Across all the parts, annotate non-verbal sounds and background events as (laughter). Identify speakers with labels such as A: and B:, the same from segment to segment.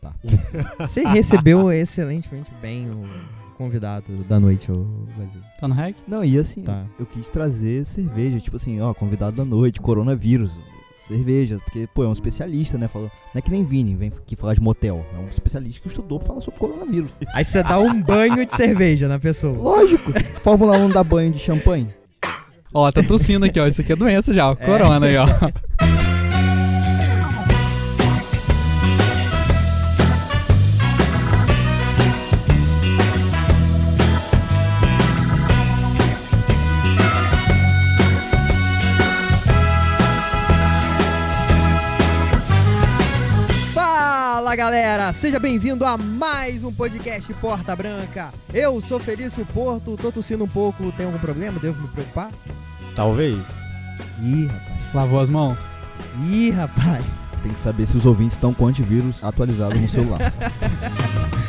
A: Tá.
B: Você recebeu excelentemente bem o convidado da noite, ô Brasil.
C: Tá no hack?
A: Não, e assim,
B: Tá.
A: eu quis trazer cerveja, tipo assim, ó, convidado da noite, coronavírus, cerveja, porque, pô, é um especialista, né? Falou, não é que nem Vini, vem aqui falar de motel, é um especialista que estudou pra falar sobre coronavírus.
B: Aí você dá um banho de cerveja na pessoa.
A: Lógico, Fórmula 1 dá banho de champanhe.
C: Ó, tá tossindo aqui, ó. Isso aqui é doença já, ó. Corona (laughs) aí, ó.
B: Fala galera, seja bem-vindo a mais um podcast Porta Branca. Eu sou Felício Porto, tô tossindo um pouco, tem algum problema? Devo me preocupar?
D: Talvez.
B: Ih, rapaz.
C: Lavou as mãos.
B: Ih, rapaz.
A: Tem que saber se os ouvintes estão com antivírus atualizado no celular.
B: (laughs)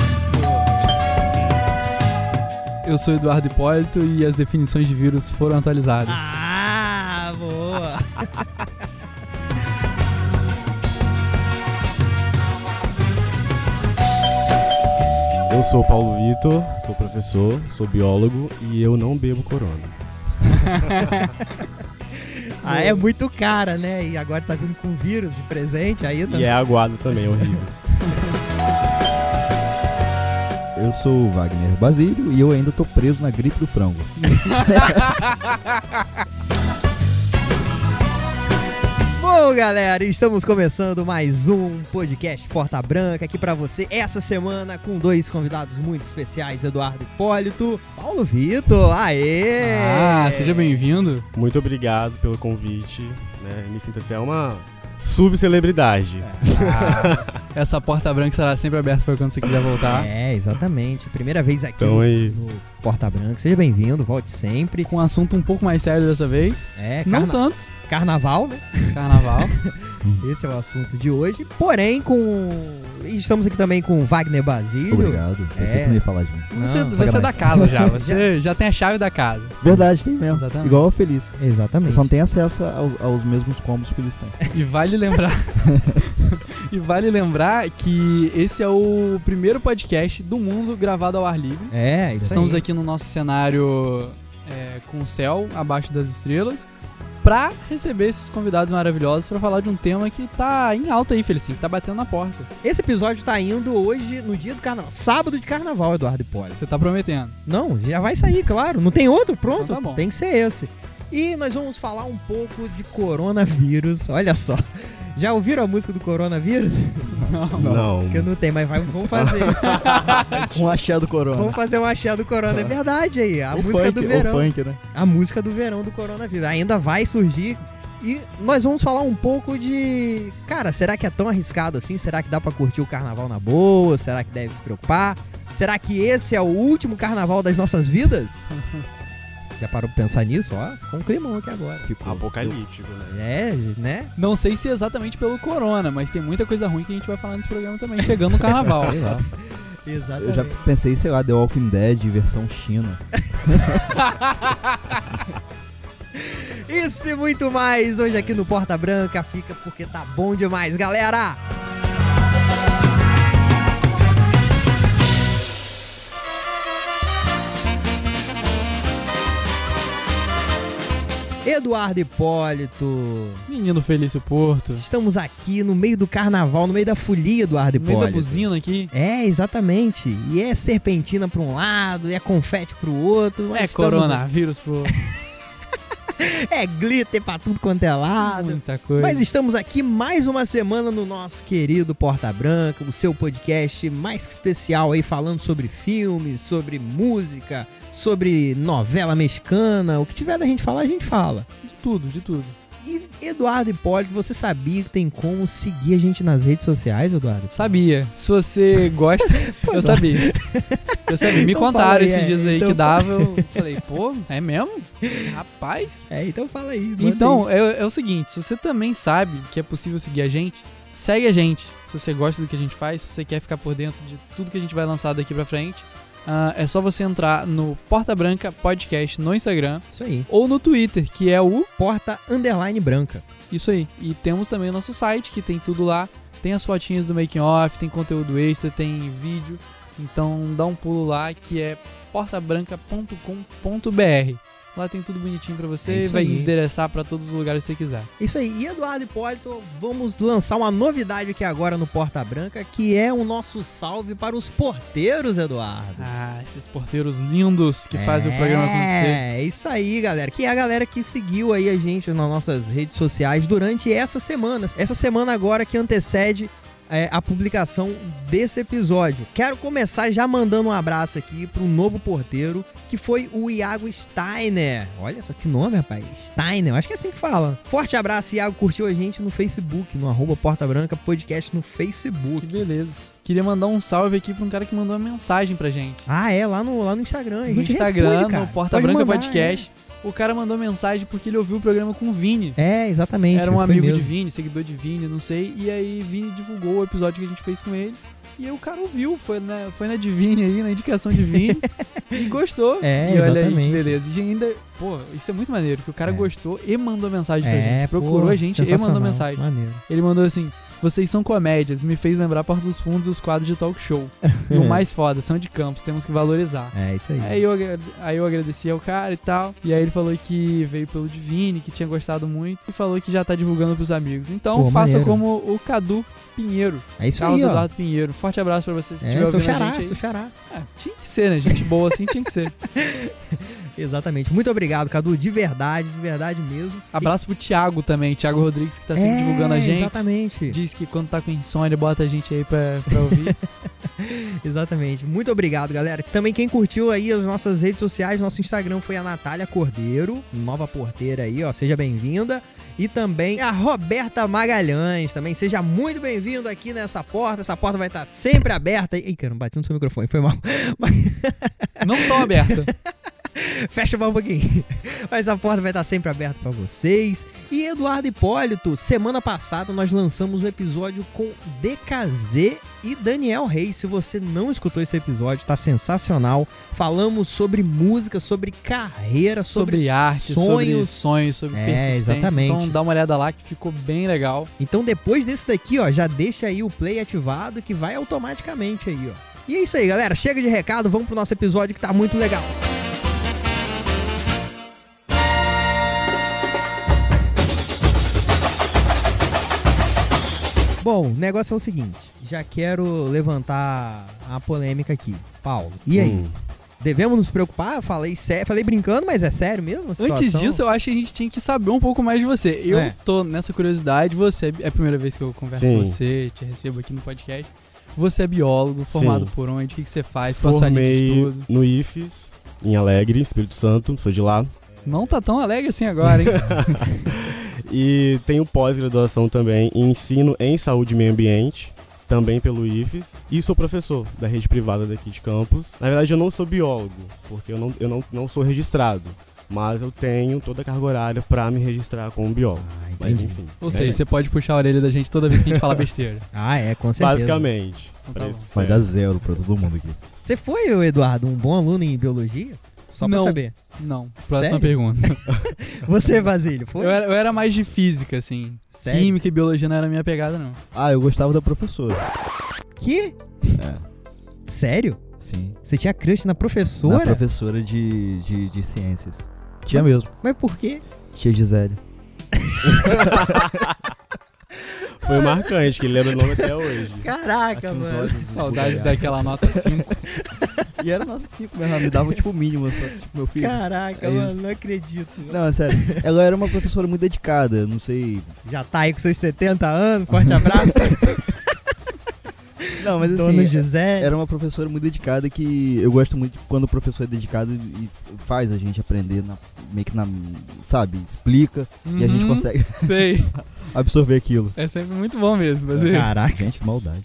C: Eu sou Eduardo Hipólito e as definições de vírus foram atualizadas.
B: Ah, boa.
D: Eu sou o Paulo Vitor, sou professor, sou biólogo e eu não bebo corona.
B: Ah, é muito cara, né? E agora tá vindo com vírus de presente aí tá
D: E é aguado também, é horrível. (laughs)
A: eu sou o Wagner Basílio e eu ainda tô preso na gripe do frango.
B: Bom, galera, estamos começando mais um podcast Porta Branca aqui pra você essa semana com dois convidados muito especiais, Eduardo Hipólito, Paulo Vitor. Aê!
C: Ah, seja bem-vindo.
D: Muito obrigado pelo convite, né? Me sinto até uma subcelebridade.
C: (laughs) Essa porta branca estará sempre aberta pra quando você quiser voltar.
B: É, exatamente. Primeira vez aqui
D: Então
B: no,
D: aí.
B: no Porta Branca. Seja bem-vindo, volte sempre.
C: Com um assunto um pouco mais sério dessa vez.
B: É,
C: Não
B: carna-
C: tanto.
B: carnaval, né?
C: Carnaval.
B: Esse é o assunto de hoje. Porém, com. e Estamos aqui também com Wagner Basílio.
A: Obrigado, pensei
B: É.
A: que não ia falar de mim.
C: Você,
B: Não,
C: você é da
B: sacanagem.
C: casa (laughs) já. Você já tem a chave da casa.
A: Verdade, tem mesmo.
C: Exatamente.
A: Igual o Felício. Eu
B: Exatamente.
A: só não tem acesso ao- aos mesmos combos que o Felício tem.
C: (laughs) E vale lembrar. e vale lembrar que esse é o primeiro podcast do mundo gravado ao ar livre.
B: É, isso
C: Estamos
B: aí.
C: aqui no nosso cenário é, com o céu abaixo das estrelas pra receber esses convidados maravilhosos pra falar de um tema que tá em alta aí, Felicinho, que tá batendo na porta.
B: Esse episódio tá indo hoje no dia do carnaval. Sábado de carnaval, Eduardo Poli.
C: Você tá prometendo.
B: Não, já vai sair, claro. Não tem outro? Pronto.
C: Então tá bom.
B: Tem que ser esse. E nós vamos falar um pouco de coronavírus. Olha só. Já ouviram a música do coronavírus?
D: Não.
B: Porque não tem, mas vai- vamos fazer.
A: (laughs) Um axé do corona.
B: vamos fazer um axé do corona. É verdade aí. A
A: O
B: música
A: funk,
B: do
A: o
B: verão.
A: funk, né?
B: a música do verão do coronavírus. Ainda vai surgir. E nós vamos falar um pouco de. Cara, será que é tão arriscado assim? Será que dá pra curtir o carnaval na boa? Será que deve se preocupar? Será que esse é o último carnaval das nossas vidas? Já parou pra pensar nisso? Ó, ficou um climão aqui agora.
A: Ficou.
D: Apocalíptico, né?
B: É, né?
C: Não sei se é exatamente pelo corona, mas tem muita coisa ruim que a gente vai falar nesse programa também, chegando no carnaval.
A: Sei lá.
B: Exatamente.
A: Eu já pensei, sei lá, The Walking Dead versão China.
B: Isso e muito mais hoje aqui no Porta Branca. Fica porque tá bom demais, galera! Eduardo Hipólito,
C: Menino Felício Porto.
B: estamos aqui no meio do carnaval, no meio da folia, Eduardo
C: No meio da
B: Hipólito.
C: buzina aqui.
B: É, exatamente. E é serpentina pra um lado, e é confete pro outro. Nós
C: É
B: estamos-
C: coronavírus, pô.
B: É glitter pra tudo quanto é lado.
C: Muita coisa.
B: Mas estamos aqui mais uma semana no nosso querido Porta Branca, o seu podcast mais que especial aí falando sobre filmes, sobre música, sobre novela mexicana, o que tiver da gente falar, a gente fala.
C: De tudo, de tudo.
B: E Eduardo Hipólito, você sabia que tem como seguir a gente nas redes sociais, Eduardo?
C: Sabia. Se você
B: (laughs)
C: gosta, eu sabia. Eu sabia. Me
B: Então fala
C: contaram
B: aí, é,
C: esses dias aí
B: então
C: que
B: fala.
C: dava. Eu falei, pô, é mesmo? Rapaz.
B: É, então fala aí. manda
C: Então, é, é o seguinte: se você também sabe que é possível seguir a gente, segue a gente. Se você gosta do que a gente faz, se você quer ficar por dentro de tudo que a gente vai lançar daqui pra frente, ah, é só você entrar no Porta Branca Podcast no Instagram
B: aí. isso aí.
C: ou no Twitter, que é o
B: Porta underline branca.
C: Isso aí. E temos também o nosso site, que tem tudo lá. Tem as fotinhas do making off, tem conteúdo extra, tem vídeo. Então dá um pulo lá que é portabranca.com.br. Lá tem tudo bonitinho pra
B: É
C: você e
B: isso
C: vai
B: aí.
C: endereçar pra todos os lugares que você quiser.
B: Isso aí, e Eduardo Hipólito, vamos lançar uma novidade aqui agora no Porta Branca, que é o nosso salve para os porteiros, Eduardo.
C: Ah, esses porteiros lindos que fazem o
B: É,
C: programa acontecer.
B: É, isso aí, galera. Que é a galera que seguiu aí a gente nas nossas redes sociais durante essas semanas. Essa semana agora que antecede é, a publicação desse episódio. Quero começar já mandando um abraço aqui pro novo porteiro, que foi o Iago Steiner. Olha só que nome, rapaz. Steiner, acho que é assim que fala. Forte abraço, Iago. Curtiu a gente no Facebook, no arroba Porta Branca Podcast no
C: Que
B: Facebook.
C: beleza. Queria mandar um salve aqui pra um cara que mandou uma mensagem pra gente.
B: Ah, é, lá no, lá no Instagram. A
C: no
B: gente
C: Instagram,
B: responde, cara.
C: no Porta
B: Pode
C: Branca
B: mandar,
C: Podcast. O cara mandou mensagem porque ele ouviu o programa com o Vini.
B: É, É, exatamente.
C: Era um
B: foi
C: amigo
B: mesmo.
C: de Vini, seguidor de Vini, não sei. E aí Vini divulgou o episódio que a gente fez com ele. E aí o cara ouviu, foi na, foi na de Vini aí, na indicação de
B: (laughs)
C: Vini. e gostou.
B: É,
C: e olha aí, que
B: exatamente.
C: beleza. E ainda, pô, isso é muito maneiro, que o cara
B: É.
C: gostou e mandou mensagem pra
B: É,
C: gente. Procurou
B: pô,
C: a gente e mandou
B: sensacional,
C: mensagem.
B: Maneiro.
C: Ele mandou assim: Vocês são comédias, me fez lembrar Porta dos Fundos e os quadros de talk show. e o
B: (laughs)
C: mais foda, são de campos, temos que valorizar.
B: É, isso aí.
C: Aí eu, agrade- aí eu agradeci ao cara e tal. E aí ele falou que veio pelo Divine, que tinha gostado muito. E falou que já tá divulgando pros amigos. Então
B: Pô,
C: faça
B: maneiro.
C: como o Cadu Pinheiro.
B: é isso
C: Carlos
B: aí, ó.
C: Eduardo Pinheiro. Forte abraço pra você se estiver
B: É, sou
C: ouvindo a
B: xará,
C: gente aí.
B: sou xará.
C: Ah, tinha que ser, né? Gente boa assim tinha
B: (laughs)
C: que ser.
B: Exatamente. Muito obrigado, Cadu. De verdade, de verdade mesmo.
C: Abraço pro Thiago também. Thiago Rodrigues que tá sempre
B: É,
C: divulgando a gente.
B: Exatamente.
C: Diz que quando tá com insônia, bota a gente aí pra, pra
B: (laughs)
C: ouvir.
B: Exatamente. Muito obrigado, galera. Também quem curtiu aí as nossas redes sociais, nosso Instagram foi a Natália Cordeiro, nova porteira aí, ó. Seja bem-vinda. E também a Roberta Magalhães, também seja muito bem-vindo aqui nessa porta. Essa porta vai estar sempre aberta. Ih, cara, bati no seu microfone, foi mal.
C: Não tô aberta.
B: Fecha mais um pouquinho. (laughs) Mas a porta vai estar sempre aberta para vocês. E Eduardo Hipólito, semana passada nós lançamos um episódio com DKZ e Daniel Reis. Se você não escutou esse episódio, tá sensacional. Falamos sobre música, sobre carreira, sobre,
C: sobre, arte, sobre
B: sonhos.
C: sonhos, sobre
B: É,
C: persistência.
B: exatamente.
C: Então dá uma olhada lá que ficou bem legal.
B: Então depois desse daqui, ó, já deixa aí o play ativado que vai automaticamente aí, ó. E é isso aí, galera. Chega de recado, vamos pro nosso episódio que tá muito legal. Bom, o negócio é o seguinte, já quero levantar a polêmica aqui. Paulo, e aí?
D: Hum.
B: Devemos nos preocupar? Eu Falei, sé- falei brincando, mas é sério mesmo? a
C: Antes
B: situação?
C: disso, eu acho que a gente tinha que saber um pouco mais de você. Eu
B: É.
C: tô nessa curiosidade, você é a primeira vez que eu converso com
D: Sim.
C: você, te recebo aqui no podcast. Você é biólogo, formado
D: Sim.
C: por onde? O que, que você faz? Qual a sua linha de
D: Formei
C: estudo?
D: no IFES, em Alegre, Espírito Santo, sou de lá.
C: Não tá tão alegre assim agora, hein?
D: e tenho pós-graduação também em ensino em saúde e meio ambiente, também pelo IFES. E sou professor da rede privada daqui de campus. Na verdade, eu não sou biólogo, porque eu não, eu não, não sou registrado. Mas eu tenho toda a carga horária para me registrar como biólogo.
B: Ah,
D: Mas,
B: entendi.
D: enfim,
C: Ou
D: é
C: seja,
D: isso.
C: você pode puxar a orelha da gente toda vez que a gente fala besteira.
B: Ah, é, com certeza.
D: Basicamente.
C: Então
D: pra
C: tá
D: isso
C: bom.
D: que
A: Vai
D: serve.
A: dar zero pra todo mundo aqui.
B: Você foi, ô, Eduardo, um bom aluno em biologia? Só
C: Não.
B: pra saber.
C: Não,
B: Sério?
C: próxima pergunta.
B: Você, Basílio, foi?
C: Eu era, eu era mais de física, assim.
B: Sério?
C: Química e biologia não era a minha pegada, não.
A: Ah, eu gostava da professora.
B: Que?
A: É,
B: Sério?
A: sim.
B: Você tinha crush na
A: Da
B: professora?
A: professora de, de, de ciências. Tinha mesmo.
B: Mas por quê?
A: Tia Gisele.
D: Foi marcante, que lembra o nome
C: (laughs)
D: até hoje.
B: Caraca,
A: Aqui uns
B: mano.
A: olhos
C: Saudades
A: esbugalhados.
C: daquela nota 5.
A: E era nota 5 mesmo, ela me dava tipo o mínimo, só que, tipo, meu filho.
B: Caraca,
A: É
B: mano,
A: isso.
B: não acredito. mano.
A: Não, é sério. Ela era uma professora muito dedicada, não sei.
B: Já tá aí com seus 70 anos,
A: (laughs)
B: forte abraço,
A: Não, mas assim.
B: dona
A: é-
B: Gisele.
A: Era uma professora muito dedicada que eu gosto muito quando o professor é dedicado e e faz a gente aprender na- meio que na. Sabe? Explica e a gente
C: Uhum,
A: consegue (laughs)
C: Sei.
A: absorver aquilo.
C: É sempre muito bom mesmo, mas
B: Caraca.
A: Gente, que maldade.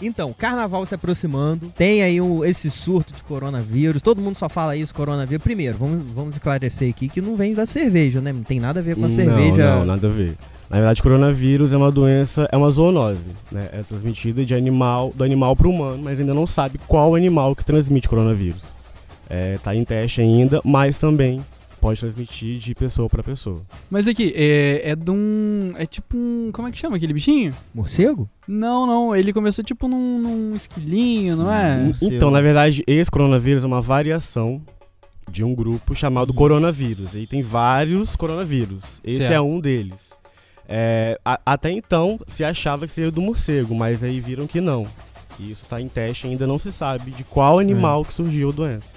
B: Então, carnaval se aproximando, tem aí um- esse surto de coronavírus, todo mundo só fala isso, coronavírus. Primeiro, vamos, vamos esclarecer aqui que não vem da cerveja, né? Não tem nada a ver com a
D: Hum,
B: cerveja.
D: Não, não, nada a ver. Na verdade, coronavírus é uma doença, é uma zoonose, né? É transmitida de animal, do animal para o humano, mas ainda não sabe qual animal que transmite coronavírus. É, tá em teste ainda, mas também pode transmitir de pessoa pra pessoa.
C: Mas aqui, é, é de um. É tipo um. Como é que chama aquele bichinho?
B: Morcego?
C: Não, não. Ele começou tipo num, num esquilinho, não é?
A: Hum.
D: Então,
A: Seu-
D: na verdade, esse coronavírus é uma variação de um grupo chamado
C: Uhum.
D: coronavírus. E tem vários coronavírus. Esse
C: Certo.
D: é um deles. É, a- até então, se achava que seria do morcego, mas aí viram que não. E isso tá em teste, ainda não se sabe de qual animal
C: É.
D: que surgiu a doença.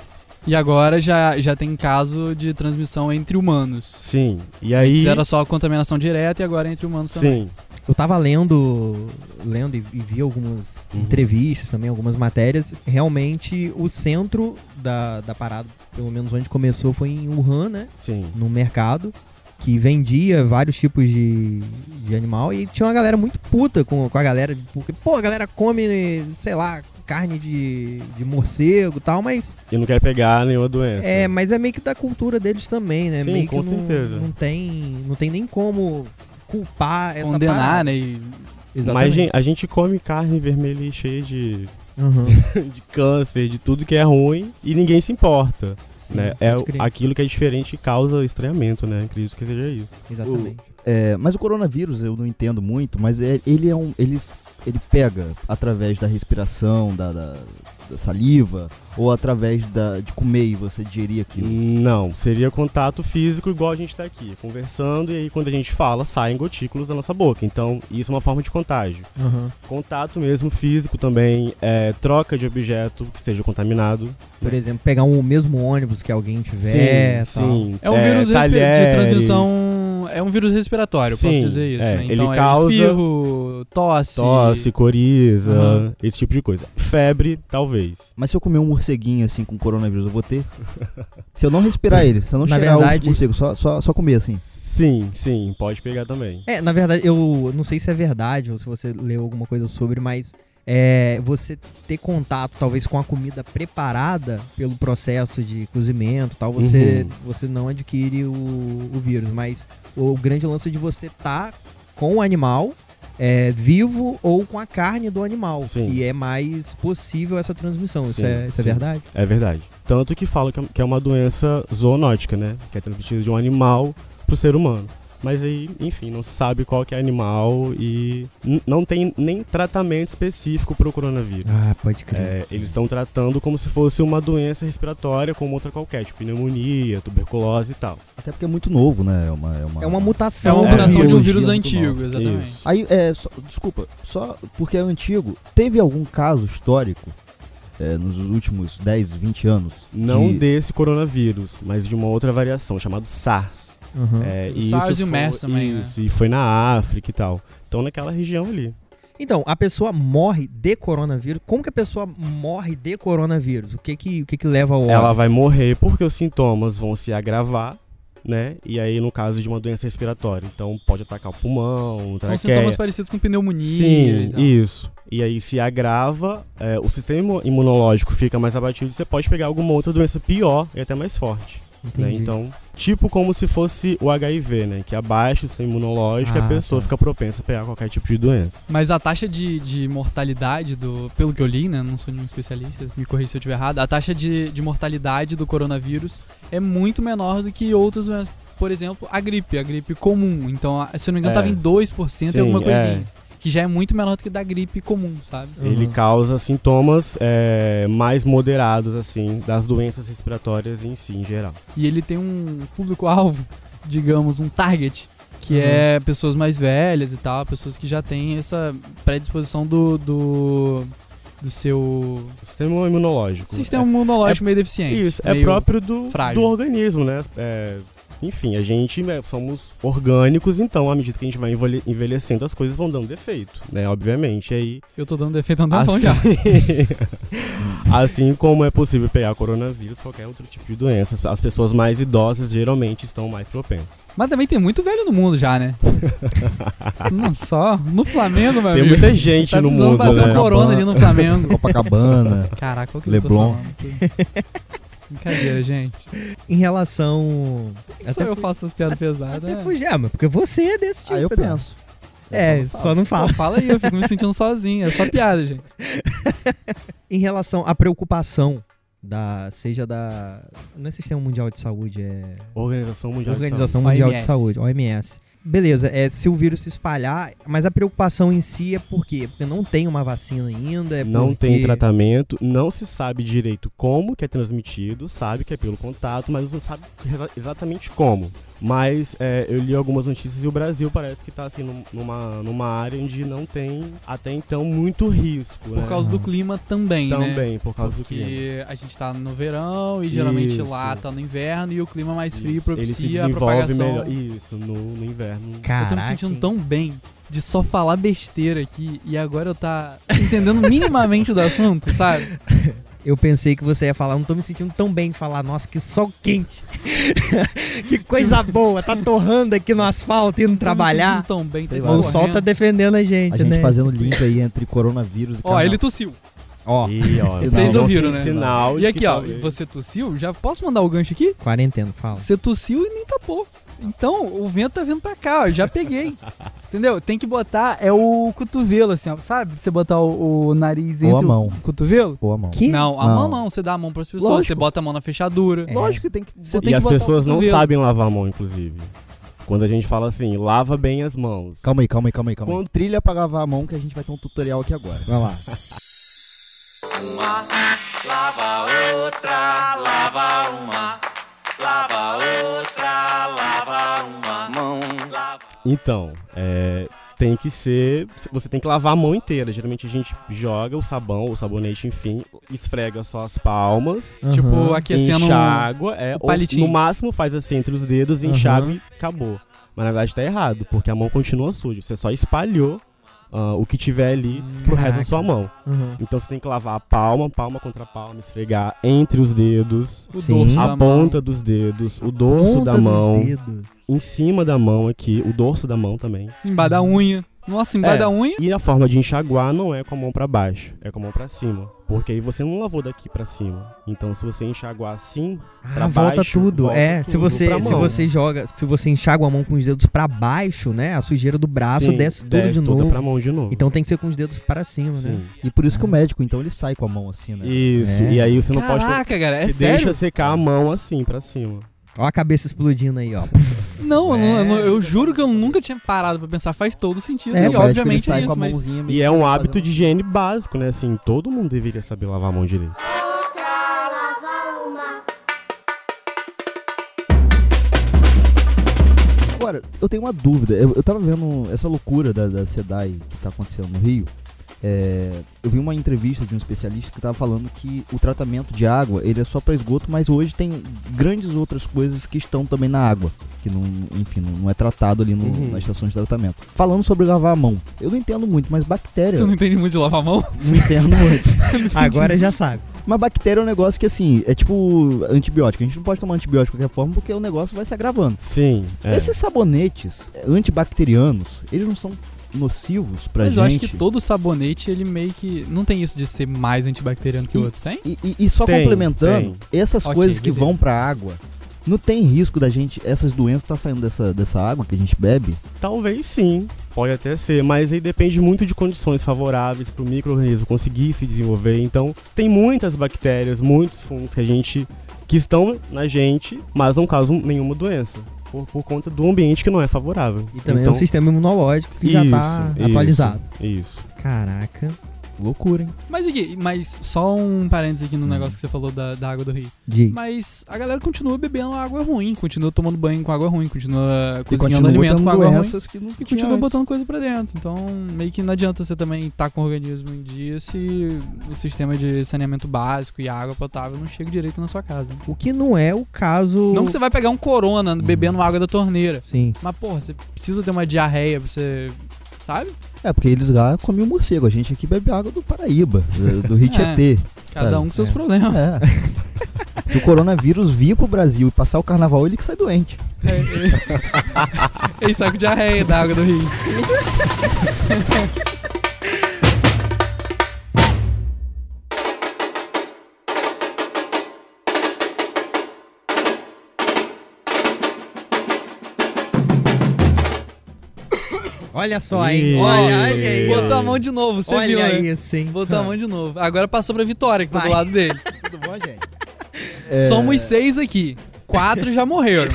C: E agora já, já tem caso de transmissão entre humanos.
D: Sim, e
C: Antes
D: aí...
C: era só contaminação direta e agora é entre humanos também.
D: Sim,
B: Eu tava lendo, lendo e, e vi algumas
D: Uhum.
B: entrevistas também, algumas matérias. Realmente, o centro da, da parada, pelo menos onde começou, foi em Wuhan, né?
D: sim.
B: num mercado que vendia vários tipos de, de animal e tinha uma galera muito puta com, com a galera, porque, pô, a galera come, sei lá, carne de, de morcego e tal, mas
D: E não quer pegar nenhuma doença.
B: é, mas é meio que da cultura deles também, né?
D: Sim,
B: meio
D: com
B: que não,
D: certeza.
B: não tem não tem nem como culpar essa
C: Condenar,
B: parada.
C: né? E
D: Mas
B: Exatamente.
D: gen- a gente come carne vermelha e cheia de, (laughs)
B: Uhum.
D: de câncer, de tudo que é ruim, e ninguém se importa.
B: Sim,
D: né?
B: pode
D: É o-
B: crer.
D: aquilo que é diferente e causa estranhamento, né? Acredito que seja isso.
B: Exatamente.
A: É, mas o coronavírus eu não entendo muito, mas é- ele é um. Ele, ele pega através da respiração, da, da- da saliva, ou através da, de comer e você digerir aquilo.
D: Não, seria contato físico igual a gente tá aqui, conversando, e aí quando a gente fala, saem gotículas da nossa boca. Então, isso é uma forma de contágio.
B: Uhum.
D: Contato mesmo físico também, é, troca de objeto que esteja contaminado.
B: Por exemplo, pegar um, o mesmo ônibus que alguém tiver.
D: sim,
B: tal.
D: sim.
C: é um vírus respi- de
D: talheres.
C: transmissão. É um vírus respiratório, posso
D: Sim,
C: dizer isso.
D: é.
C: né?
D: Ele
C: Então
D: causa-
C: é espirro, tosse.
D: Tosse, coriza,
C: Aham.
D: esse tipo de coisa. Febre, talvez.
A: Mas se eu comer um morceguinho assim com coronavírus, eu vou ter? se eu não respirar ele, se eu não
B: Na
A: cheirar
B: verdade-
A: o morcego, só, só, só comer assim.
D: Sim, sim, pode pegar também.
B: É, na verdade, eu não sei se é verdade ou se você leu alguma coisa sobre, mas é, você ter contato, talvez, com a comida preparada pelo processo de cozimento e tal, você,
D: Uhum.
B: você não adquire o, o vírus. Mas o grande lance é de você estar com o animal é, vivo ou com a carne do animal,
D: Sim.
B: que é mais possível essa transmissão. isso
D: Sim,
B: é, isso é
D: sim.
B: verdade?
D: É verdade. Tanto que fala que é- que é uma doença zoonótica, né? Que é transmitida de um animal pro ser humano. Mas aí, enfim, não se sabe qual que é animal e n- não tem nem tratamento específico pro coronavírus.
B: Ah, pode crer.
D: É, eles estão tratando como se fosse uma doença respiratória como outra qualquer, tipo pneumonia, tuberculose e tal.
A: Até porque é muito novo, né? É uma, é uma,
B: É uma
C: É
B: mutação.
C: uma
B: do
C: mutação de um
A: biologia
C: vírus
A: muito
C: antigo,
A: nova.
C: exatamente.
D: Isso.
A: Aí, é, só- desculpa, só porque é antigo, teve algum caso histórico é, nos últimos 10, 20 anos?
D: Não
A: de-
D: desse coronavírus, mas de uma outra variação, chamado SARS.
B: Uhum.
D: É,
C: O Hum. SARS e o
D: foi-
C: MERS também, né?
D: Isso, e foi na África e tal. Então naquela região ali.
B: Então, a pessoa morre de coronavírus. Como que a pessoa morre de coronavírus? O que que, o que, que leva ao
D: Ela
B: óbito?
D: vai morrer porque os sintomas vão se agravar, né? E aí, no caso de uma doença respiratória. Então, pode atacar o pulmão,
C: São
D: traqueia.
C: sintomas parecidos com pneumonia. e
D: Então, é Sim,
C: tal.
D: isso. E aí, se agrava, é, o sistema imu- imunológico fica mais abatido. Você pode pegar alguma outra doença pior e até mais forte. Né?
B: Entendi.
D: Então, tipo como se fosse o HIV, né? Que abaixa o sistema imunológico e
B: Ah,
D: a pessoa
B: tá.
D: fica propensa a pegar qualquer tipo de doença.
C: Mas a taxa de, de mortalidade do. Pelo que eu li, né? Não sou nenhum especialista, me corri se eu estiver errado. A taxa de, de mortalidade do coronavírus é muito menor do que outras doenças. Por exemplo, a gripe, a gripe comum. Então, a- se eu não me engano,
D: É.
C: tava em 2% e
D: Sim,
C: alguma
D: é.
C: coisinha. Que já é muito menor do que da gripe comum, sabe?
B: Uhum.
D: Ele causa sintomas é, mais moderados, assim, das doenças respiratórias em si, em geral.
C: E ele tem um público-alvo, digamos, um target, que
B: Uhum.
C: é pessoas mais velhas e tal, pessoas que já têm essa predisposição do. do, do seu
D: Sistema imunológico.
C: sistema imunológico meio deficiente.
D: Isso, é
C: um meio-
D: próprio do,
C: frágil.
D: do organismo, né? É, enfim, a gente né, somos orgânicos, então à medida que a gente vai envelhe- envelhecendo, as coisas vão dando defeito, né? Obviamente. E Aí,
C: Eu tô dando defeito há um tempão
D: assim,
C: já.
D: assim como é possível pegar coronavírus, qualquer outro tipo de doença, as pessoas mais idosas geralmente estão mais propensas.
C: Mas também tem muito velho no mundo já,
D: (laughs)
C: né? Não só. No Flamengo, meu
D: Tem
C: amigo.
D: muita gente
C: tá
D: no
C: precisando
D: mundo,
C: bater um
D: né?
C: corona ali no
D: (laughs)
C: Flamengo.
A: (laughs) Copacabana.
C: Caraca, qual que
A: Leblon.
C: eu tô falando? assim? Brincadeira, gente.
B: Em relação.
C: Só eu
B: fu-
C: faço essas piadas pesadas.
B: até
C: né?
B: fugir, ah, mas porque você é desse tipo.
A: Aí eu
B: né?
A: penso.
B: É,
A: Eu
B: só não
C: Pô,
B: fala.
C: fala aí, eu fico me sentindo sozinho. É só piada, gente.
B: Em relação à preocupação da seja da não é Sistema Mundial de Saúde, é
D: Organização Mundial
B: Organização
C: Saúde.
B: Mundial de
C: OMS.
B: Saúde, OMS. Beleza, é se o vírus se espalhar, mas a preocupação em si é por quê? Porque não tem uma vacina ainda, é
D: de Saúde. Não
B: porque...
D: tem tratamento, não se sabe direito como que é transmitido, sabe que é pelo contato, mas não sabe exa- exatamente como. Mas é, eu li algumas notícias e o Brasil parece que tá assim num- numa, numa área onde não tem até então muito risco, né?
C: Por causa do clima também, né?
D: também, por causa do clima.
C: Porque a gente tá no verão e geralmente
D: Isso.
C: lá tá no inverno e o clima mais frio
D: Isso, Ele se
C: propicia a
D: desenvolve
C: propagação.
D: melhor. Isso, no, no inverno.
C: Eu tô
B: Caraca,
C: me sentindo
B: hein?
C: tão bem de só falar besteira aqui e agora eu tá entendendo minimamente do assunto, sabe?
B: Eu pensei que você ia falar, não tô me sentindo tão bem de falar, nossa, que sol quente. (laughs) que coisa boa, tá torrando aqui no asfalto, indo trabalhar.
C: Tô me sentindo tão bem, tô
A: Sei lá.
B: Ou o
C: correndo.
B: sol tá defendendo a gente,
A: A gente
B: né?
A: fazendo link aí entre coronavírus e
C: Ó,
A: carnaval.
C: ele tossiu.
B: Ó,
D: E, ó,
A: Vocês
D: então,
C: ouviram,
D: si-
C: né?
D: Sinal de
C: E aqui,
D: que tá
C: ó,
D: talvez-
C: você tossiu? Já posso mandar o gancho aqui?
B: quarentena, fala.
C: Você tossiu e nem tapou. Então, o vento tá vindo pra cá, ó. Já peguei. Entendeu? Tem que botar é o cotovelo, assim, ó. Sabe? Você botar o, o nariz
A: Ou a
C: entre o
A: mão.
C: cotovelo?
A: Ou a mão.
B: Que?
C: Não, a
A: Não.
C: mão não. Você dá a mão pras pessoas,
A: Lógico.
C: você bota a mão na fechadura.
B: É.
A: Lógico que tem que.
C: Você tem
D: E
C: que
D: as
C: botar o
D: pessoas não
C: cotovelo.
D: sabem lavar a mão, inclusive. Quando a gente fala assim, lava bem as mãos.
A: Calma aí, calma aí, calma aí, calma aí.
D: Quando-
A: Trilha pra lavar a mão que a gente vai ter um tutorial aqui agora.
B: Vai lá.
D: Então, é, tem que ser. Você tem que lavar a mão inteira. Geralmente a gente joga o sabão, o sabonete, enfim, esfrega só as palmas.
C: Tipo,
B: Aham.
C: aquecendo um...
D: enxágua, é, ou
C: palitinho.
D: no máximo faz assim entre os dedos,
B: Aham.
D: enxágua e acabou. Mas na verdade tá errado, porque a mão continua suja. Você só espalhou ah, o que tiver ali pro resto
B: Caraca.
D: da sua mão.
B: Aham.
D: Então você tem que lavar a palma, palma contra palma, esfregar entre os dedos,
C: o
B: Sim.
C: dorso
B: A
C: da
D: a
C: mão.
D: ponta dos dedos, o dorso
B: Ponta
D: da mão,
B: Dos dedos.
D: em cima da mão aqui, o dorso da mão também.
C: Embaixo da unha. Nossa, embaixo
D: É.
C: da unha.
D: E a forma de enxaguar não é com a mão pra baixo, é com a mão pra cima, porque aí você não lavou daqui pra cima. Então se você enxaguar assim,
B: Ah,
D: Pra
B: volta
D: baixo,
B: tudo.
D: volta
B: é, se
D: tudo
B: você
D: pra
B: se
D: mão.
B: você joga, se você enxágua a mão com os dedos pra baixo, né? A sujeira do braço
D: sim,
B: desce tudo de
D: toda
B: novo.
D: pra mão de novo.
B: Então tem que ser com os dedos pra cima, né?
D: Sim.
A: E por isso que o médico, então, ele sai com a mão assim, né?
D: Isso,
B: É.
D: e aí você não pode.
C: Caraca, cara, é
D: Você
C: sério?
D: deixa secar a mão assim pra cima.
B: Ó a cabeça explodindo
D: (laughs)
B: aí, ó.
C: Não, eu não- eu, não-
B: É.
C: eu juro que eu nunca tinha parado pra pensar. Faz todo sentido.
B: É,
C: e
A: o médico, ele
C: obviamente é
A: sai com
C: isso,
A: a
C: mas...
A: mãozinha meio
D: E é um
A: fazendo-
D: hábito de higiene básico, né? Assim, todo mundo deveria saber lavar a mão direito.
A: Agora, eu tenho uma dúvida. Eu, eu tava vendo essa loucura da, da SEDAI que tá acontecendo no Rio. É, eu vi uma entrevista de um especialista que tava falando que o tratamento de água ele é só para esgoto, mas hoje tem grandes outras coisas que estão também na água, que não, enfim, não, não é tratado ali no,
D: Uhum.
A: na estação de tratamento. Falando sobre lavar a mão, eu não entendo muito, mas bactéria,
C: Você não entende muito de lavar a mão?
A: não
C: (laughs)
A: entendo muito.
B: Agora já sabe.
A: Mas bactéria é um negócio que assim, é tipo antibiótico. A gente não pode tomar antibiótico de qualquer forma porque o negócio vai se agravando.
D: Sim. é.
A: Esses sabonetes eh, antibacterianos, eles não são nocivos pra
C: Mas
A: gente.
C: eu acho que todo sabonete, ele meio que. Não tem isso de ser mais antibacteriano que o
A: E-
C: outro, tem?
A: e, e- e só
D: Tem,
A: complementando, essas
C: Ok,
A: coisas que
C: beleza.
A: vão pra água, não tem risco da gente, essas doenças tá saindo dessa, dessa água que a gente bebe?
D: Talvez sim. Pode até ser, mas aí depende muito de condições favoráveis para o microorganismo conseguir se desenvolver. Então, tem muitas bactérias, muitos fungos que a gente que estão na gente, mas não causam nenhuma doença por, por conta do ambiente que não é favorável.
B: E também
D: então,
B: o sistema imunológico que já tá
D: isso,
B: atualizado.
D: Isso.
B: Caraca.
A: Loucura, hein?
C: Mas aqui, mas só um parênteses aqui no
A: Hum.
C: negócio que você falou da, da água do rio.
B: De...
C: Mas a galera continua bebendo água ruim, continua tomando banho com água ruim, continua
A: E
C: cozinhando
A: continua
C: alimento
A: botando
C: com água ruim.
A: doenças que não
C: E
A: que tinha
C: continua
A: antes.
C: botando coisa pra dentro. Então, meio que não adianta você também estar com o organismo em dia se o sistema de saneamento básico e água potável não chega direito na sua casa.
B: O que não é o caso.
C: Não que você vai pegar um corona bebendo água da torneira.
B: Sim.
C: Mas, porra, você precisa ter uma diarreia pra você. Sabe?
A: É, porque eles lá comiam morcego, a gente aqui bebe água do Paraíba, do- do Rio
C: É. (laughs)
A: Tietê.
C: Cada
A: Sabe,
C: um com seus
B: é. (laughs)
C: problemas.
A: É. Se o coronavírus vir pro Brasil e passar o carnaval, ele que sai doente.
B: É,
C: Ei, saco de diarreia da água do rio.
B: Olha só, hein?
D: Ih.
B: Olha, olha aí. ó.
C: Botou a mão de novo, você
B: É. olha assim.
C: viu, né?
B: isso, hein?
C: Botou a mão de novo. Agora passou pra Vitória, que tá do
B: Vai.
C: lado dele.
A: Tudo bom, gente? É,
C: Somos seis aqui. Quatro já
A: (laughs)
C: morreram.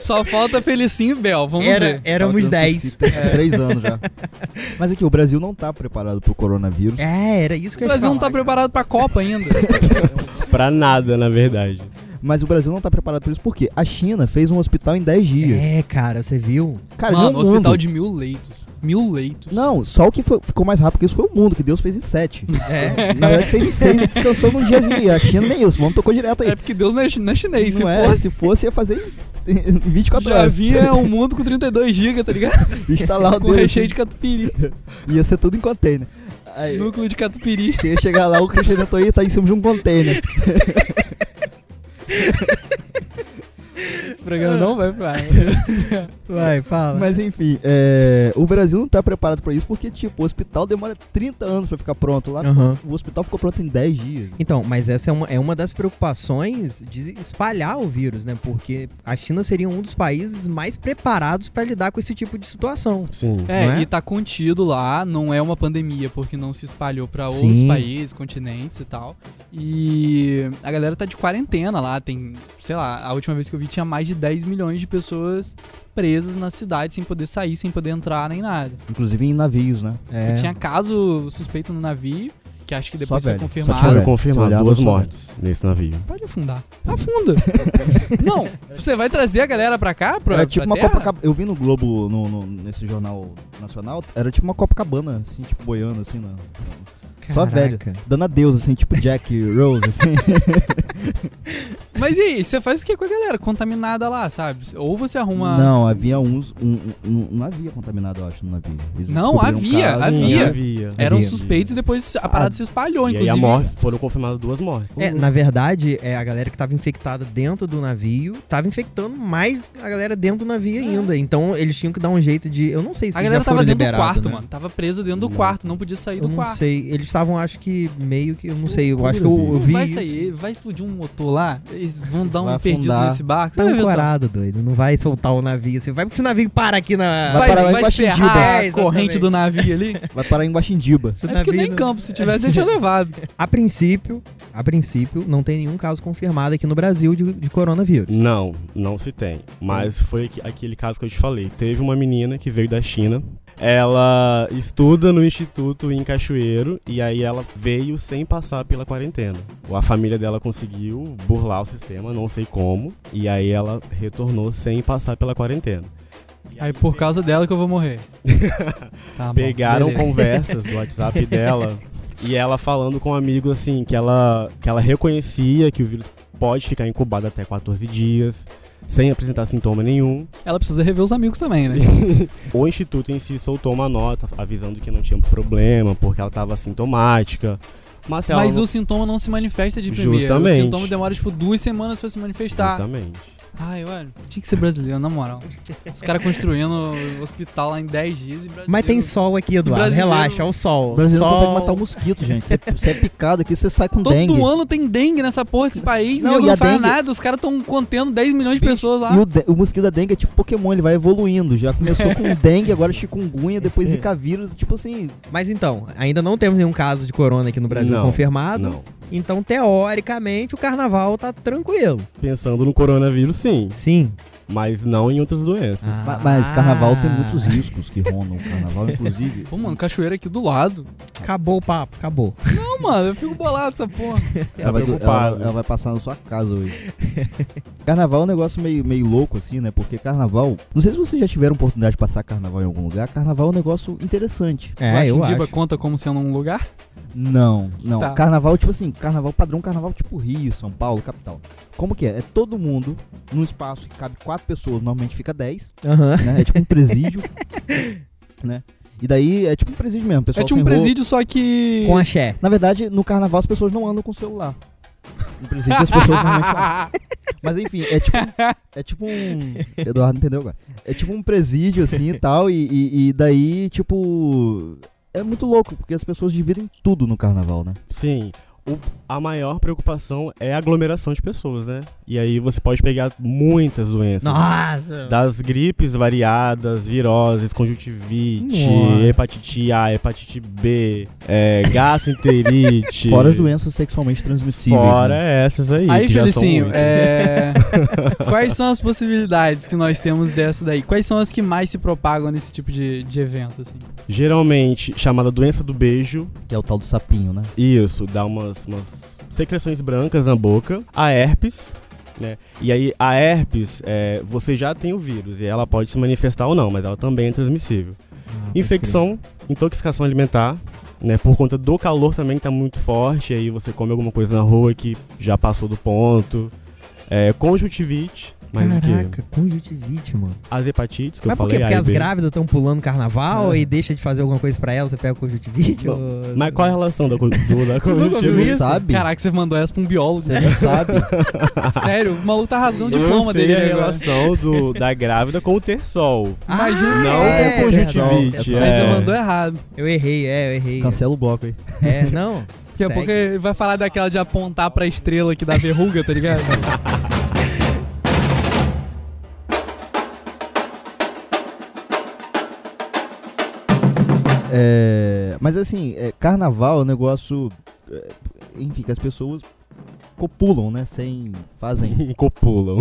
C: Só falta Felicinho e Bel. Vamos
B: Ah. Era, É.
C: ver.
B: éramos
A: Calculando
B: 10.
A: que tem Três anos
B: (laughs)
A: já. Mas aqui, o Brasil não tá preparado pro coronavírus.
B: É, era isso que
C: O
B: eu
C: Brasil
B: ia
C: não
B: te falar,
C: tá preparado pra Copa ainda.
D: Pra nada, na verdade.
A: Mas o Brasil não tá preparado pra isso porque a China fez um hospital em 10 dias.
B: É, cara, você viu?
A: (laughs) Cara,
C: Mano,
A: não,
C: um hospital de mil leitos. Mil leitos.
A: Não, só o que foi- ficou mais rápido que isso foi o mundo, que Deus fez em 7.
B: É.
A: Na verdade, fez em 6 e descansou num diazinho. aí. A China nem isso, vamos tocou direto aí.
C: É porque Deus não é, chi- não é chinês. se
A: não é,
C: fosse,
A: se fosse, ia fazer em em 24
C: já
A: horas.
C: havia um mundo com 32 GB,
A: (laughs)
C: tá ligado?
A: Instalar o
C: com
A: dedo,
C: recheio de catupiry.
A: assim, Ia ser tudo em container. Aí,
C: Núcleo de catupiry.
A: você ia chegar lá, o Christian tentou ir, tá em cima de um container.
C: Esse programa não vai pra.
B: Vai, fala.
A: Mas enfim, é, o Brasil não tá preparado pra isso porque, tipo, o hospital demora 30 anos pra ficar pronto. Lá
B: Aham.
A: o hospital ficou pronto em 10 dias.
B: Então, mas essa é uma, é uma das preocupações de espalhar o vírus, né? Porque a China seria um dos países mais preparados pra lidar com esse tipo de situação.
D: Sim.
B: Não
C: É,
B: é?
C: e tá contido lá, não é uma pandemia, porque não se espalhou pra
B: Sim.
C: outros países, continentes e tal. E a galera tá de quarentena lá, tem, sei lá, a última vez que eu vi tinha mais de 10 milhões de pessoas presas na cidade, sem poder sair, sem poder entrar nem nada.
A: Inclusive em navios, né?
B: É.
C: Tinha caso suspeito no navio, que acho que
A: Só
C: depois foi
A: velho, só
D: Só
C: confirmado.
A: Ah,
D: tiveram
A: velho, se
D: confirmado
A: olhava,
D: duas
A: só olhava.
D: mortes nesse navio.
C: Pode afundar. Afunda. (laughs) não, você vai trazer a galera pra cá? Pra,
A: era tipo
C: pra
A: uma
C: terra?
A: Copacabana. Eu vi no Globo, no, no- nesse jornal nacional, era tipo uma Copacabana, assim, tipo, boiando, assim, na- Só velho.
B: Caraca.
A: Dando adeus, assim, tipo Jack Rose, (laughs) assim.
C: Mas e aí, você faz o que com a galera? Contaminada lá, sabe? Ou você arruma...
A: Não, havia uns. Um, um, um- não havia contaminado, eu acho, no navio. Eles
C: Não,
A: descobriram um
C: havia,
A: caso,
C: É, havia.
A: né?
C: Eram
B: Havia.
C: suspeitos e depois a parada se espalhou,
D: E aí
C: inclusive.
D: a morte, foram confirmadas duas mortes.
B: É, na verdade, é, a galera que tava infectada dentro do navio tava infectando mais a galera dentro do navio ainda. Então eles tinham que dar um jeito de. Eu não sei se
C: Ah. A galera
B: já foram
C: tava dentro do
B: liberados,
C: quarto,
B: né?
C: mano. Tava presa dentro do
D: Não.
C: quarto, não podia sair
B: Eu
C: do
B: não
C: quarto.
B: sei. Eles estavam, acho que meio que. Eu não sei. Eu
A: loucura,
B: acho que eu, eu
A: bicho.
B: vi.
C: vai
B: isso.
C: sair, vai explodir um motor lá, eles vão dar um
A: Vai
C: perdido
A: afundar.
C: nesse barco.
B: Tá
C: Você vai ver só.
B: ancorado, doido. Não vai soltar o navio. Você vai porque esse navio para aqui na.
A: Vai
C: Vai,
A: parar lá
C: vai,
A: embaixo de
C: ferrar
B: Dilba.
C: a
B: É,
C: corrente do navio ali.
A: Vai parar em Guaxindiba.
B: Esse
C: É porque
B: navio
C: nem
B: não-
C: campo, se tivesse, já tinha levado.
B: A princípio, a princípio, não tem nenhum caso confirmado aqui no Brasil de, de coronavírus.
D: Não, não se tem. Mas foi aqu- aquele caso que eu te falei. Teve uma menina que veio da China. Ela estuda no instituto em Cachoeiro e aí ela veio sem passar pela quarentena. A família dela conseguiu burlar o sistema, não sei como, e aí ela retornou sem passar pela quarentena. E
C: Aí por causa dela que eu vou morrer. Tá bom,
D: pegaram
C: beleza.
D: conversas do WhatsApp dela e ela falando com um amigo assim que ela que ela reconhecia que o vírus pode ficar incubado até 14 dias sem apresentar sintoma nenhum.
C: Ela precisa rever os amigos também, né?
D: O instituto em si soltou uma nota avisando que não tinha problema porque ela estava sintomática. Mas, se ela
C: Mas
D: não...
C: o sintoma não se manifesta de primeiro.
D: Justamente.
C: O sintoma demora, tipo, duas semanas pra se manifestar.
D: Justamente.
C: Ai, olha, tinha que ser brasileiro, na moral. Os caras construindo o hospital lá em 10 dias e brasileiro.
B: Mas tem sol aqui, Eduardo.
C: Brasileiro-
B: Relaxa, é o sol.
A: O Brasil não
B: sol...
A: consegue matar um mosquito, gente. Você- Você é picado aqui, você sai com
C: Todo
A: dengue.
C: ano tem dengue nessa porra desse país,
A: Não,
C: não,
A: e a
C: não faz
A: dengue-
C: nada, os caras estão contendo 10 milhões de
A: Bicho,
C: pessoas lá.
A: E o, de- o mosquito da dengue é tipo Pokémon, ele vai evoluindo. Já começou com dengue, agora chikungunya, depois zika vírus. Tipo assim,
B: Mas então, ainda não temos nenhum caso de corona aqui no Brasil
D: Não,
B: confirmado.
D: Não.
B: Então, teoricamente, o carnaval tá tranquilo.
D: Pensando no coronavírus, sim,
B: Sim.
D: mas não em outras doenças.
A: Ma-
B: Ah.
A: Mas carnaval tem muitos riscos que rondam o carnaval,
C: (laughs)
A: inclusive.
C: Pô, mano, cachoeira aqui do lado.
B: Acabou o papo, acabou.
C: Não, mano, eu fico bolado essa porra.
A: ela, vai, do-
D: preocupado.
A: ela- ela vai passar na sua casa hoje. carnaval é um negócio meio, meio louco, assim, né? Porque carnaval. Não sei se vocês já tiveram oportunidade de passar carnaval em algum lugar. Carnaval é um negócio interessante.
B: É, eu
C: Guaxindiba
B: acho.
C: conta como sendo um lugar?
A: Não, não.
C: Tá.
A: Carnaval, tipo assim, carnaval padrão, carnaval tipo Rio, São Paulo, capital. Como que é? É todo mundo num espaço que cabe quatro pessoas, normalmente fica dez,
B: Aham.
A: né? É tipo um
C: (laughs)
A: presídio, né? E daí é tipo um presídio mesmo, pessoal
C: é tipo um
A: sem roupa.
C: presídio, só que.
B: Com axé.
A: Na verdade, no carnaval as pessoas não andam com celular. No presídio as pessoas normalmente não.
C: (laughs)
A: Mas enfim, é tipo, é tipo um. Eduardo entendeu agora. É tipo um presídio assim e tal, e, e- e daí, tipo. É muito louco, porque as pessoas dividem tudo no carnaval, né?
D: Sim. o- a maior preocupação é a aglomeração de pessoas, né? E aí você pode pegar muitas doenças.
B: Nossa!
D: Das gripes variadas, viroses, conjuntivite,
B: Nossa.
D: hepatite A, hepatite B, é, gastroenterite.
A: (laughs) Fora as doenças sexualmente transmissíveis.
D: Fora
A: né?
D: essas aí.
C: Aí,
D: que já são
C: Felicinho,
D: muitas.
C: é... quais são as possibilidades que nós temos dessa daí? Quais são as que mais se propagam nesse tipo de, de evento, assim?
D: Geralmente chamada doença do beijo.
A: Que é o tal do sapinho, né?
D: Isso, dá umas, umas secreções brancas na boca. A herpes, né? E aí, a herpes, é, você já tem o vírus e ela pode se manifestar ou não, mas ela também é transmissível. Infecção, intoxicação alimentar, né? Por conta do calor também que tá muito forte, aí você come alguma coisa na rua que já passou do ponto. É, conjuntivite, mais o quê?
B: Caraca, conjuntivite, mano.
D: As hepatites que
B: Mas
D: eu
B: por
D: falei.
B: quê? Porque
D: A e
B: as
D: B.
B: grávidas estão pulando carnaval
D: É.
B: e deixa de fazer alguma coisa pra elas, você pega conjuntivite?
D: Bom,
B: ou-
D: Mas qual é a relação da,
B: (laughs)
D: co- do, da
B: nunca
A: Você
B: viu
D: conjuntivite?
A: não
B: isso?
A: sabe?
C: Caraca, você mandou essa pra um biólogo.
A: Você não sabe?
C: (laughs) Sério, o maluco tá rasgando o diploma
D: eu sei
C: dele né,
D: a
C: ali agora.
D: relação do, da grávida com o terçol.
B: Ah,
C: Imagina-
D: Não
B: é,
D: com conjuntivite.
B: perdão,
C: Mas
D: é.
C: já
D: (laughs)
C: mandou errado.
B: Eu errei, é, eu errei.
A: Cancela o bloco aí.
B: É,
D: (laughs)
B: não.
C: Daqui a
B: segue.
C: pouco ele vai falar daquela de apontar pra estrela que dá verruga, tá ligado?
A: É, mas assim, é, carnaval é um negócio. é, enfim, que as pessoas copulam, né? Sem. Fazem.
B: (laughs)
D: Copulam.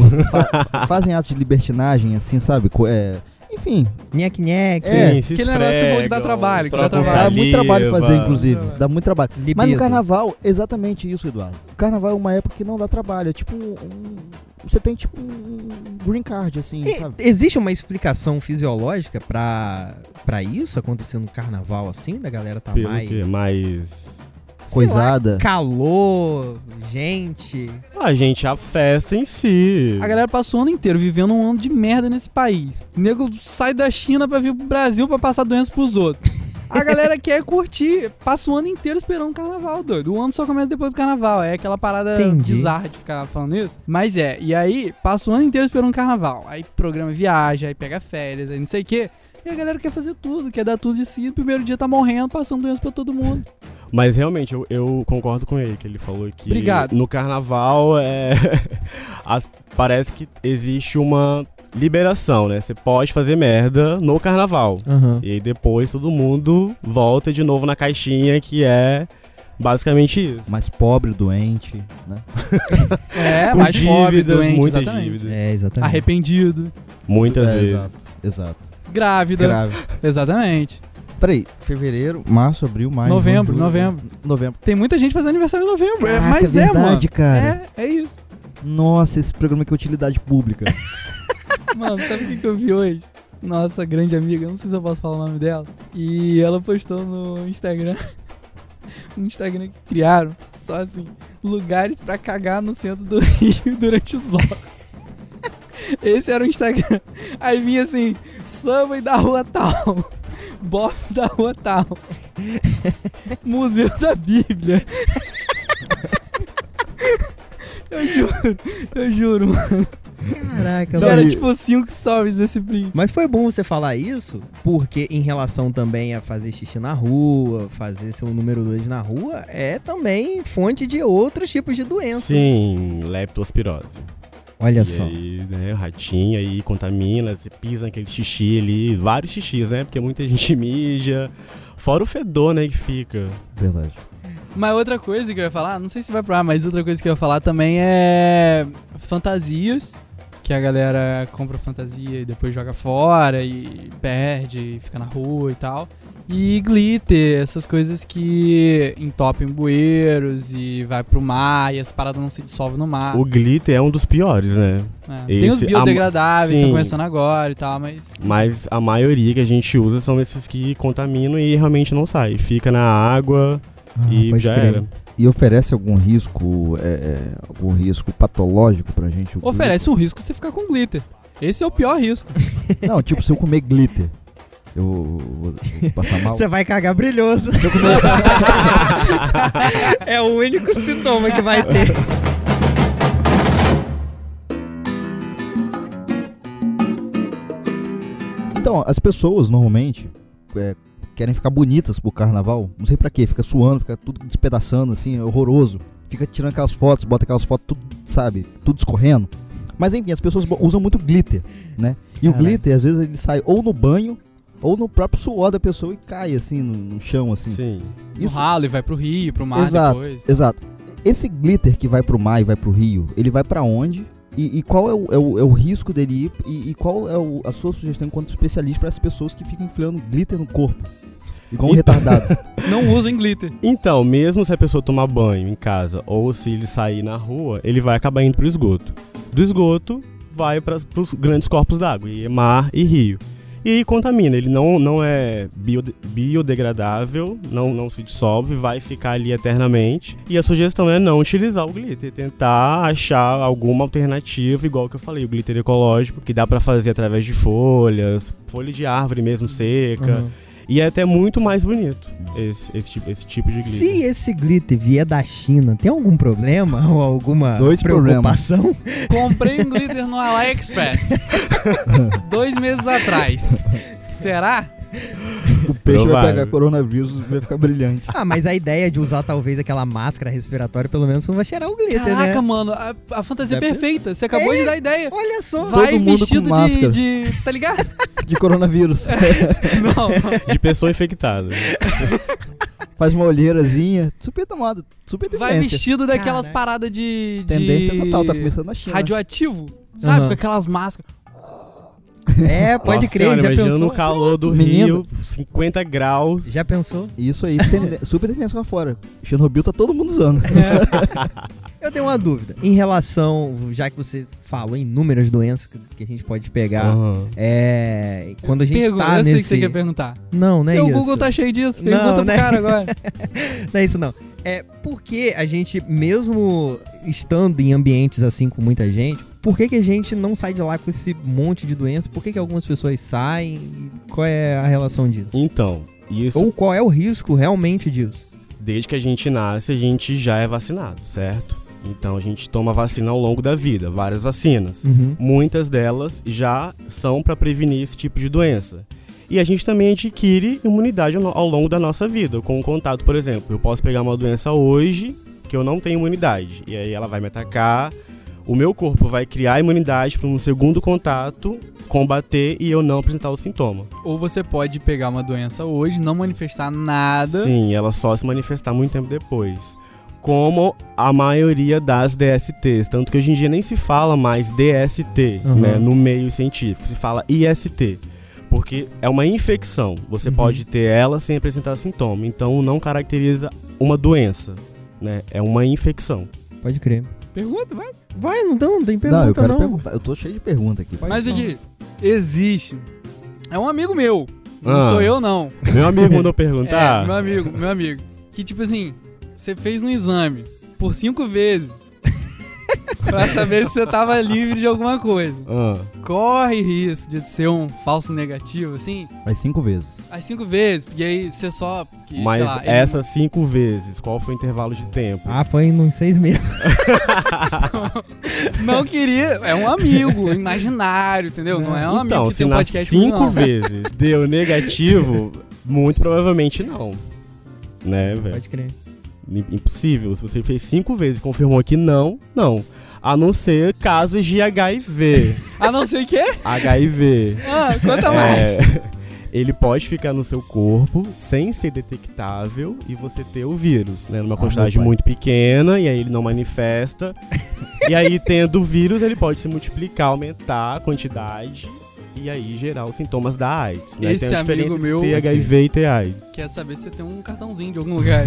A: fazem atos de libertinagem, assim, sabe? Co- é, enfim,
B: Nhec, nhec.
A: É,
D: Sim, se
C: aquele negócio
D: esfregam,
C: bom que dá trabalho, que dá
D: trocam
C: trabalho.
A: dá muito trabalho
D: saliva.
A: fazer, inclusive. Dá muito trabalho.
B: libido.
A: Mas no carnaval, exatamente isso, Eduardo. O carnaval é uma época que não dá trabalho. É tipo um. um- você tem tipo um green card, assim,
B: E-
A: sabe?
B: existe uma explicação fisiológica pra, pra isso acontecer no carnaval assim? Da galera tá
D: Pelo
B: mais.
D: quê? Mas...
B: sei
A: Coisada.
B: lá, calor, gente.
D: Ah, gente, a festa em si.
C: A galera passou o ano inteiro vivendo um ano de merda nesse país. O nego sai da China pra vir pro Brasil pra passar doença pros outros. A galera quer curtir, passa o ano inteiro esperando o carnaval, doido. O ano só começa depois do carnaval. É aquela parada
B: Entendi.
C: bizarra de ficar falando isso. Mas é, e aí passa o ano inteiro esperando o carnaval. Aí programa viagem, aí pega férias, aí não sei o quê. E a galera quer fazer tudo, quer dar tudo de si. No primeiro dia tá morrendo, passando doença pra todo mundo.
D: Mas realmente, eu, eu concordo com ele, que ele falou que
C: Obrigado.
D: no carnaval é... (laughs) as- parece que existe uma liberação, né? Você pode fazer merda no carnaval. E aí depois todo mundo volta de novo na caixinha, que é basicamente isso.
A: Mais pobre, doente, né?
C: É,
D: Com
C: mais pobre,
D: dívidas,
C: doente,
D: muitas
C: exatamente.
D: dívidas.
B: É, exatamente.
C: Arrependido,
D: Muitas
A: É,
D: vezes.
A: Exato. exato.
C: grávida,
A: Grave.
C: exatamente.
A: Peraí, fevereiro, março, abril, maio.
C: Novembro,
A: junho, julho,
C: novembro.
A: Novembro.
C: Tem muita gente fazendo aniversário em novembro. é,
A: Caraca,
C: mas é,
A: verdade,
C: mano.
A: cara.
C: É, é isso.
A: Nossa, esse programa que é utilidade pública.
C: Mano, sabe o que, que eu vi hoje? Nossa grande amiga, não sei se eu posso falar o nome dela. E ela postou no Instagram. (laughs) Um Instagram que criaram, só assim, lugares pra cagar no centro do (laughs) Rio durante os blocos. Esse era o Instagram. Aí vinha assim, samba da rua tal, (laughs) bof da rua tal, (laughs) museu da Bíblia. (laughs) Eu juro, eu juro,
B: Caraca,
A: Não,
B: mano.
C: era
A: e-
C: tipo 5 stories desse print.
B: Mas foi bom você falar isso, porque em relação também a fazer xixi na rua, fazer seu número 2 na rua, é também fonte de outros tipos de doença.
D: Sim, leptospirose.
B: Olha
D: e
B: só.
D: aí, né, o ratinho aí contamina, você pisa naquele xixi ali, vários xixis, né? Porque muita (laughs) gente mija. Fora o fedor, né, que fica.
A: Verdade.
C: Mas outra coisa que eu ia falar, não sei se vai pra lá, mas outra coisa que eu ia falar também é fantasias. Que a galera compra fantasia e depois joga fora e perde, e fica na rua e tal. E glitter, essas coisas que entopem bueiros e vai pro mar e as paradas não se dissolvem no mar.
D: O glitter é um dos piores, né?
C: né? Tem os
D: esse- a-
C: biodegradáveis, estão
D: sim.
C: começando agora e tal, mas.
D: Mas a maioria que a gente usa são esses que contaminam e realmente não sai. Fica na água
B: Ah,
D: e
B: pode
D: já
B: crer.
D: era.
A: E oferece algum risco, é, é, algum risco patológico pra gente? O
C: Oferece um risco de você ficar com glitter. Esse é o pior risco.
A: glitter? Não, tipo, se eu comer glitter, eu vou, vou passar
C: (laughs)
A: mal.
B: Você vai cagar brilhoso. (laughs) é o único sintoma que vai ter.
A: Então, as pessoas normalmente é, querem ficar bonitas pro carnaval. Não sei pra quê, fica suando, fica tudo despedaçando, assim, é horroroso. Fica tirando aquelas fotos, bota aquelas fotos, tudo, sabe, tudo escorrendo. Mas enfim, as pessoas bo- usam muito glitter, né? E o
B: Caralho.
A: glitter, às vezes, ele sai ou no banho, ou no próprio suor da pessoa e cai, assim, no, no chão, assim.
D: Sim.
C: No ralo e vai pro rio, pro mar
A: Exato.
C: depois.
A: Exato. Esse glitter que vai pro mar e vai pro rio, ele vai pra onde? E, e qual é o, é o- é o risco dele ir? E, e qual é o- a sua sugestão enquanto especialista para as pessoas que ficam enfiando glitter no corpo? Igual um
D: Então-
A: retardado. (laughs)
C: Não usem glitter.
D: Então, mesmo se a pessoa tomar banho em casa ou se ele sair na rua, ele vai acabar indo pro esgoto. Do esgoto, vai para os grandes corpos d'água, e é mar e rio. E aí contamina, ele não, não é biode- biodegradável, não, não se dissolve, vai ficar ali eternamente. E a sugestão é não utilizar o glitter, tentar achar alguma alternativa, igual que eu falei, o glitter ecológico, que dá para fazer através de folhas, folha de árvore mesmo seca.
B: Uhum.
D: E é até muito mais bonito esse, esse, tipo, esse tipo de glitter.
B: Se esse glitter vier da China, tem algum problema ou alguma
A: Dois
B: preocupação?
C: Comprei um glitter no
B: (laughs)
C: AliExpress. Dois meses atrás. Será?
A: o peixe vai
D: Provável.
A: pegar coronavírus e vai ficar brilhante.
B: Ah, mas a ideia de usar talvez aquela máscara respiratória, pelo menos você não vai cheirar o glitter,
C: Caraca,
B: né?
C: mano, a, a fantasia é
A: Deve-
C: perfeita. Você acabou de dar a ideia.
B: Olha só.
C: Vai
A: mundo com
C: vestido de-
A: máscara.
C: de, Tá ligado?
B: (laughs)
A: De (laughs) coronavírus.
C: Não.
B: é.
D: De pessoa infectada.
A: Faz uma olheirazinha. Super tomada. Super
C: Vai
A: tendência.
C: vestido daquelas
B: Caraca.
C: paradas de, de.
A: Tendência total. Tá começando na China.
C: Radioativo. Sabe?
B: né? Aham.
C: Com aquelas máscaras.
B: É, (laughs) pode
D: Nossa
B: crer,
D: senhora,
B: já
D: imaginando
B: pensou?
D: o calor do
A: Menino.
D: Rio, 50 graus.
B: Já
C: (laughs)
B: pensou?
A: Isso aí. tende- super tendência lá fora. Chernobyl tá todo mundo usando.
C: É.
B: Eu tenho uma dúvida. Em relação, já que você falou em inúmeras doenças que que a gente pode pegar,
D: Aham.
B: é. Quando a gente
C: Pergunta.
B: tá
C: eu sei
B: nesse.
C: que você quer perguntar.
B: Não, não é
C: Seu
B: isso.
C: Google tá cheio disso.
B: Não,
C: Pergunta pro
B: né?
C: cara
B: (laughs)
C: agora.
B: Não é isso, não. É porque a gente, mesmo estando em ambientes assim com muita gente, por que, que a gente não sai de lá com esse monte de doenças? Por que, que algumas pessoas saem? Qual é a relação disso?
D: Então, isso
B: Ou qual é o risco realmente disso?
D: desde que a gente nasce, a gente já é vacinado, certo? Então a gente toma vacina ao longo da vida, várias vacinas. Muitas delas já são para prevenir esse tipo de doença. E a gente também adquire imunidade ao ao longo da nossa vida, com o contato, por exemplo. Eu posso pegar uma doença hoje que eu não tenho imunidade, e aí ela vai me atacar. O meu corpo vai criar imunidade para um segundo contato, combater e eu não apresentar o sintoma.
C: Ou você pode pegar uma doença hoje, não manifestar nada.
D: Sim, ela só se manifestar muito tempo depois. Como a maioria das DSTs. Tanto que hoje em dia nem se fala mais DST
B: Uhum.
D: né, no meio científico, se fala IST. Porque é uma infecção. Você
B: Uhum.
D: pode ter ela sem apresentar sintoma. Então não caracteriza uma doença. Né? É uma infecção.
B: Pode crer.
C: Pergunta, vai.
B: Vai, não, não
A: não,
B: tem
A: eu
B: pergunta,
A: quero
B: não.
A: perguntar. Eu tô cheio de pergunta aqui.
B: Pode
C: Mas
D: Então.
B: falar.
C: aqui, existe. É um amigo meu. Não
D: Ah. tá?
C: sou eu, não.
D: Meu
C: (laughs)
D: amigo mandou
C: É,
D: perguntar.
C: meu amigo, meu amigo. Que tipo assim, você fez um exame por cinco vezes (laughs) pra saber se você tava livre de alguma coisa.
D: Ah,
C: Corre risco de ser um falso negativo, assim,
A: Faz cinco vezes.
C: as cinco vezes, porque aí você só. Que, sei
D: mas
C: lá, ele-
D: essas cinco vezes, qual foi o intervalo de tempo?
B: Ah, foi nos seis meses.
C: Não queria. É um amigo, imaginário, entendeu? Não, é um
D: então,
C: amigo que
D: se
C: tem um
D: nas
C: podcast
D: cinco
C: não.
D: vezes deu negativo, muito provavelmente não. Né, velho?
B: Pode crer.
D: I- Impossível. Se você fez cinco vezes e confirmou que não, não. A não ser casos
C: (laughs)
D: de HIV.
C: A não ser que. é?
D: HIV.
C: Ah, conta mais.
D: É, (laughs) ele pode ficar no seu corpo sem ser detectável e você ter o vírus, né? Numa
A: Ah,
D: quantidade
A: meu pai.
D: muito pequena, e aí ele não manifesta.
C: (laughs)
D: e aí, tendo o vírus, ele pode se multiplicar, aumentar a quantidade e aí gerar os sintomas da AIDS. Né?
C: Esse
D: Tem a diferença
C: amigo
D: entre
C: meu-
D: ter HIV e ter AIDS.
C: Quer saber se tem um cartãozinho de algum
D: (laughs)
C: lugar.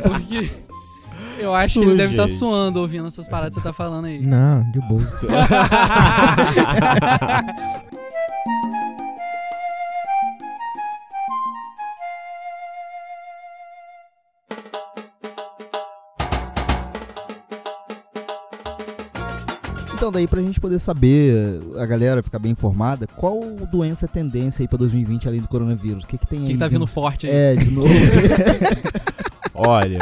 C: Porque eu acho que ele
D: Sujo,
C: deve estar
D: gente.
C: suando ouvindo essas paradas que você tá falando aí.
B: Não, de boa.
D: (laughs)
C: (laughs)
A: Então, daí pra gente poder saber, a galera ficar bem informada, qual doença é tendência aí pra 2020 além do coronavírus? O que, que tem
C: O
A: aí?
C: que, que tá
D: Uhum.
C: vindo forte aí?
A: É, de novo.
D: Olha.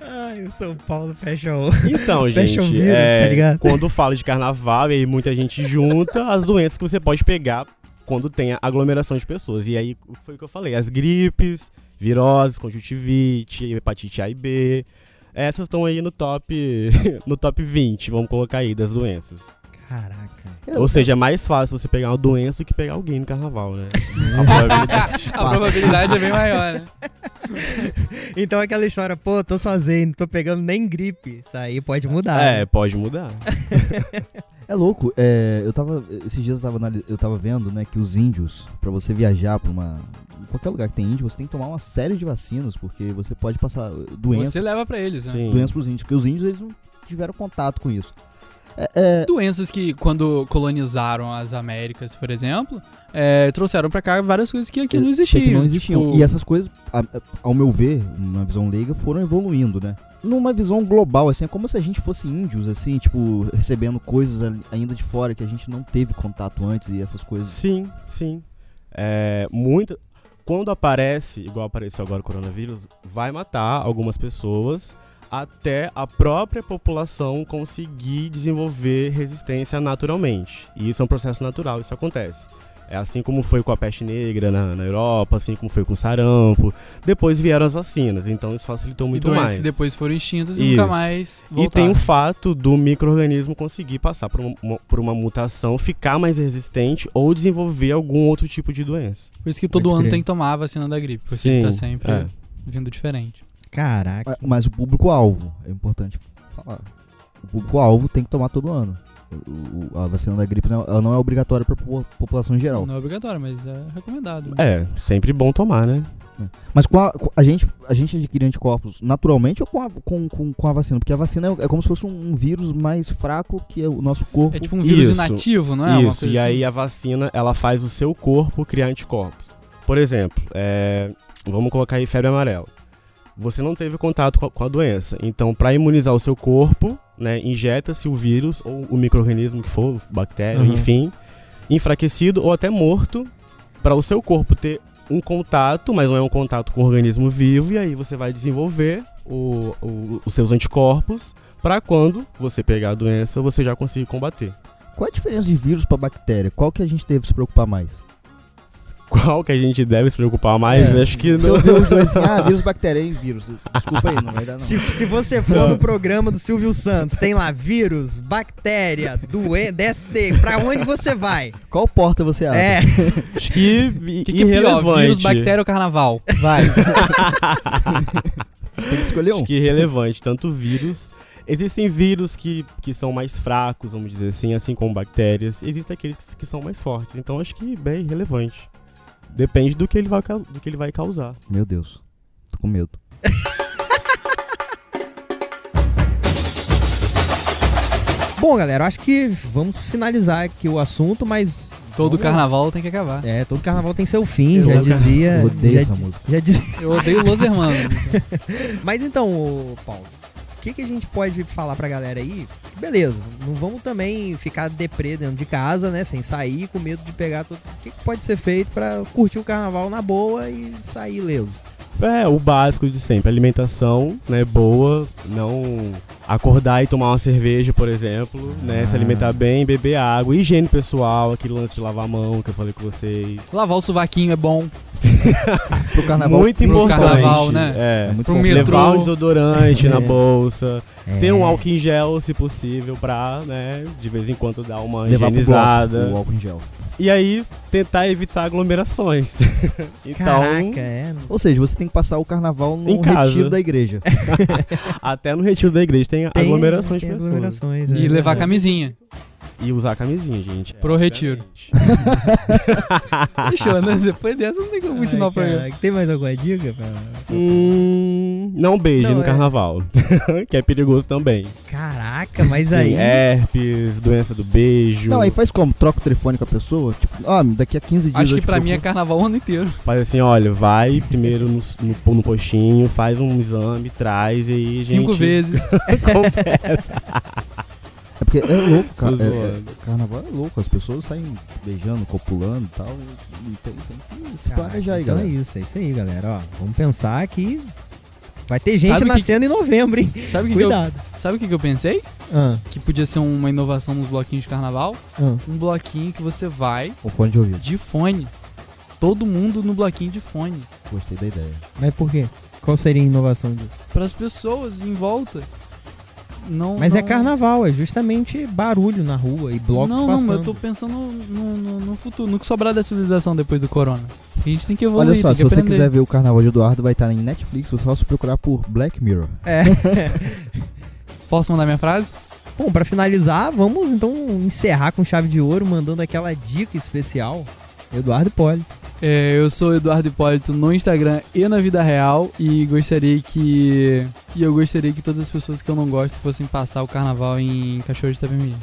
B: Ai, o São Paulo fecha o.
D: Então, gente,
B: Fashion vírus,
D: é,
B: tá ligado?
D: quando fala de carnaval e aí muita gente junta as doenças que você pode pegar quando tem a aglomeração de pessoas. E aí foi o que eu falei: as gripes, viroses, conjuntivite, hepatite A e B. Essas estão aí no top, (laughs) no top 20, vamos colocar aí, das doenças.
B: Caraca.
D: Ou seja, é mais fácil você pegar uma doença do que pegar alguém no carnaval,
B: (laughs)
D: né? A probabilidade.
C: (laughs) A (laughs) probabilidade é bem maior, né?
B: Então aquela história, pô, tô sozinho, não tô pegando nem gripe. Isso aí pode mudar.
D: É, pode mudar.
A: É louco, é, eu tava. Esses dias eu tava, anali- eu tava vendo, né, que os índios, pra você viajar pra uma. qualquer lugar que tem índio, você tem que tomar uma série de vacinas, porque você pode passar doenças,
C: Você leva pra eles, né?
D: Sim.
A: doenças pros índios, porque os índios eles não tiveram contato com isso. É, é,
C: Doenças que, quando colonizaram as Américas, por exemplo, é, trouxeram pra cá várias coisas que
D: É,
C: aqui não
A: É, que
C: existiam.
A: não existiam.
C: tipo,
A: E essas coisas, a- a- ao meu ver, na visão leiga, foram evoluindo, né? Numa visão global, assim, é como se a gente fosse índios, assim, tipo, recebendo coisas a- ainda de fora que a gente não teve contato antes e essas coisas.
D: Sim, sim. É, muita... Quando aparece, igual apareceu agora o coronavírus, vai matar algumas pessoas até a própria população conseguir desenvolver resistência naturalmente. E isso é um processo natural, isso acontece. É assim como foi com a peste negra na, na Europa, assim como foi com o sarampo. Depois vieram as vacinas, então isso facilitou
C: e
D: muito
C: doenças
D: mais.
C: que depois foram extintas e nunca
D: Isso.
C: mais
D: E tem
C: voltaram.
D: um o fato do microorganismo conseguir passar por uma, por uma mutação, ficar mais resistente ou desenvolver algum outro tipo de doença.
C: Por isso que todo
B: Pode
C: ano
B: crer.
C: tem que tomar a vacina da gripe, porque
D: Sim,
C: tá sempre
D: é.
C: vindo diferente.
B: Caraca.
A: Ah, Mas o público-alvo, é importante falar. O público-alvo tem que tomar todo ano. O- o- a vacina da gripe não, ela não é obrigatória para população em geral.
C: Não é obrigatório, mas é recomendado. né?
D: É, sempre bom tomar, né?
A: Mas com a, com a gente, a gente adquire anticorpos naturalmente ou com a, com, com, com a vacina? Porque a vacina é, é como se fosse um, um vírus mais fraco que o nosso corpo.
C: É tipo um vírus
D: Isso,
C: inativo, não é? Uma
D: Isso,
C: coisa
D: e
C: assim.
D: aí a vacina, ela faz o seu corpo criar anticorpos. Por exemplo, é, vamos colocar aí febre amarela. Você não teve contato com a, com a doença, então para imunizar o seu corpo, né, injeta-se o vírus ou o microorganismo que for, bactéria,
B: Uhum.
D: enfim, enfraquecido ou até morto, para o seu corpo ter um contato, mas não é um contato com o organismo vivo, e aí você vai desenvolver o- o- os seus anticorpos para quando você pegar a doença, você já conseguir combater.
A: Qual é a diferença de vírus para bactéria? Qual que a gente deve se preocupar mais?
D: qual que a gente deve se preocupar mais,
A: É,
D: acho que
A: Se
D: não.
A: eu ver os
D: (laughs)
A: dois assim, ah, vírus, bactéria e vírus. Desculpa aí, não vai dar não.
B: Se, se você for no programa do Silvio Santos, tem lá vírus, bactéria, doença, DST, pra onde você vai?
A: Qual porta você abre?
B: É,
D: acho que, i-
C: O que, que é
D: irrelevante.
C: pior, vírus, bactéria ou carnaval? Vai. (laughs)
A: Tem que escolher um.
D: Acho que irrelevante, tanto vírus. Existem vírus que, que são mais fracos, vamos dizer assim, assim como bactérias. Existem aqueles que, que são mais fortes. Então acho que bem irrelevante. Depende do que ele vai, cau- do que ele vai causar.
A: Meu Deus, tô com medo.
B: Bom, galera, eu acho que vamos finalizar aqui o assunto, mas.
C: Todo
B: vamos-
C: carnaval tem que acabar.
B: É, todo carnaval tem seu fim,
D: Eu
B: já
D: amo carnaval.
B: dizia.
A: Eu odeio
B: já
A: essa
B: di-
A: música.
B: já dizia.
C: Eu odeio Los Hermanos.
B: (laughs) Mas então, ô, Paulo, o que, que a gente pode falar pra galera aí? Beleza, não vamos também ficar deprê dentro de casa, né? Sem sair, com medo de pegar tudo. O que, que pode ser feito pra curtir o carnaval na boa e sair leso?
D: É, o básico de sempre. Alimentação, né, boa. Não acordar e tomar uma cerveja, por exemplo, né? Se
A: Ah.
D: alimentar bem, beber água. Higiene pessoal, aquele lance de lavar a mão que eu falei com vocês.
C: Lavar o sovaquinho é bom.
A: Pro carnaval.
D: muito
C: pro
D: importante.
C: carnaval, né?
D: É.
A: É muito
C: Pro
A: bom.
C: medo.
D: Levar
C: Metrô.
D: um desodorante na
B: É.
D: bolsa,
B: É.
D: ter um álcool em gel, se possível, pra, né, de vez em quando dar uma
A: Levar pro
D: higienizada.
A: bloco, o álcool em gel.
D: E aí, tentar evitar aglomerações. (laughs) então,
B: Caraca, é.
A: Ou seja, você tem que passar o carnaval no
D: Em casa.
A: retiro da igreja.
D: até no retiro da igreja tem,
B: Tem-
D: aglomerações de
B: tem
D: pessoas.
B: aglomerações, é.
C: E levar camisinha.
D: E usar camisinha, gente.
C: Pro retiro.
D: obviamente.
C: Fechou, né? Depois dessa não tem como continuar o
B: Ai,
C: programa.
B: caraca, Tem mais alguma dica? Pra...
D: (laughs) Hum, não beije
B: Não,
D: no
B: é.
D: carnaval, (laughs) que é perigoso também.
B: Caraca, mas
D: Sim, é.
B: aí.
D: herpes, doença do beijo,
A: Não, aí faz como? Troca o telefone com a pessoa? Tipo, ó, daqui a 15 dias.
C: Acho
A: eu
C: que
A: te
C: pra mim é
A: procuro.
C: carnaval o ano inteiro.
D: Faz assim, olha, vai primeiro no, no, no postinho, faz um exame, traz e aí, gente.
C: Cinco vezes.
D: Conversa.
A: É porque é louco, cara.
D: Tô
A: É-
D: zoando.
A: é- carnaval é louco, as pessoas saem beijando, copulando e tal. E, e tem, tem que se
B: Caraca,
A: planejar aí,
B: então
A: galera.
B: é isso, é isso aí, galera. Ó, vamos pensar que Vai ter gente
C: Sabe que-
B: nascendo em novembro, (laughs) hein?
C: Sabe o que, que eu,
B: Cuidado.
C: sabe o que, que eu pensei?
B: Ah,
C: Que podia ser uma inovação nos bloquinhos de carnaval?
B: ah.
C: Um bloquinho que você vai
A: Com fone de ouvido.
C: de fone. Todo mundo no bloquinho de fone.
A: Gostei da ideia.
B: Mas por quê? Qual seria a inovação disso?
C: Para as pessoas em volta. Não,
B: Mas
C: não...
B: é carnaval, é justamente barulho na rua e blocos
C: não,
B: passando.
C: Não, eu tô pensando no, no- no futuro, no que sobrar da civilização depois do corona. A gente tem que evoluir,
A: Olha só,
C: tem
A: se
C: que
A: você
C: aprender.
A: quiser ver o carnaval de Eduardo, vai estar em Netflix, você só se procurar por Black Mirror.
B: (laughs) É.
C: Posso mandar minha frase?
B: Bom, pra finalizar, vamos então encerrar com chave de ouro, mandando aquela dica especial. Eduardo Poli.
C: É, eu sou o Eduardo Hipólito no Instagram e na vida real e gostaria que e eu gostaria que todas as pessoas que eu não gosto fossem passar o carnaval em Cachorro de Itapemirim.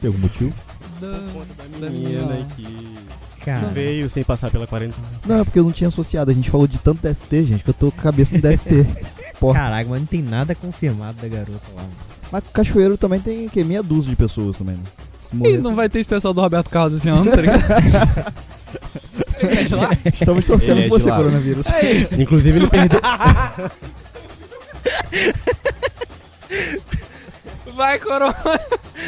A: Tem algum motivo?
D: Por conta da
C: da
D: menina
C: menina.
D: que
B: Ah. Cara,
D: veio sem passar pela quarentena.
A: Não, é porque eu não tinha associado. A gente falou de tanto DST, gente, que eu tô com a cabeça no
D: (laughs)
A: DST. Porra.
B: caraca, mas não tem nada confirmado da garota lá. mano.
A: Mas cachoeiro também tem que meia dúzia de pessoas também, né? Se
C: E
A: morrer-
C: não vai ter esse pessoal do Roberto Carlos esse ano, tá ligado? Ele é de lá?
A: Estamos torcendo
D: Ele é
A: por você,
D: de lá.
A: coronavírus.
C: Aí,
D: Inclusive, ele perdeu.
C: vai, Corona!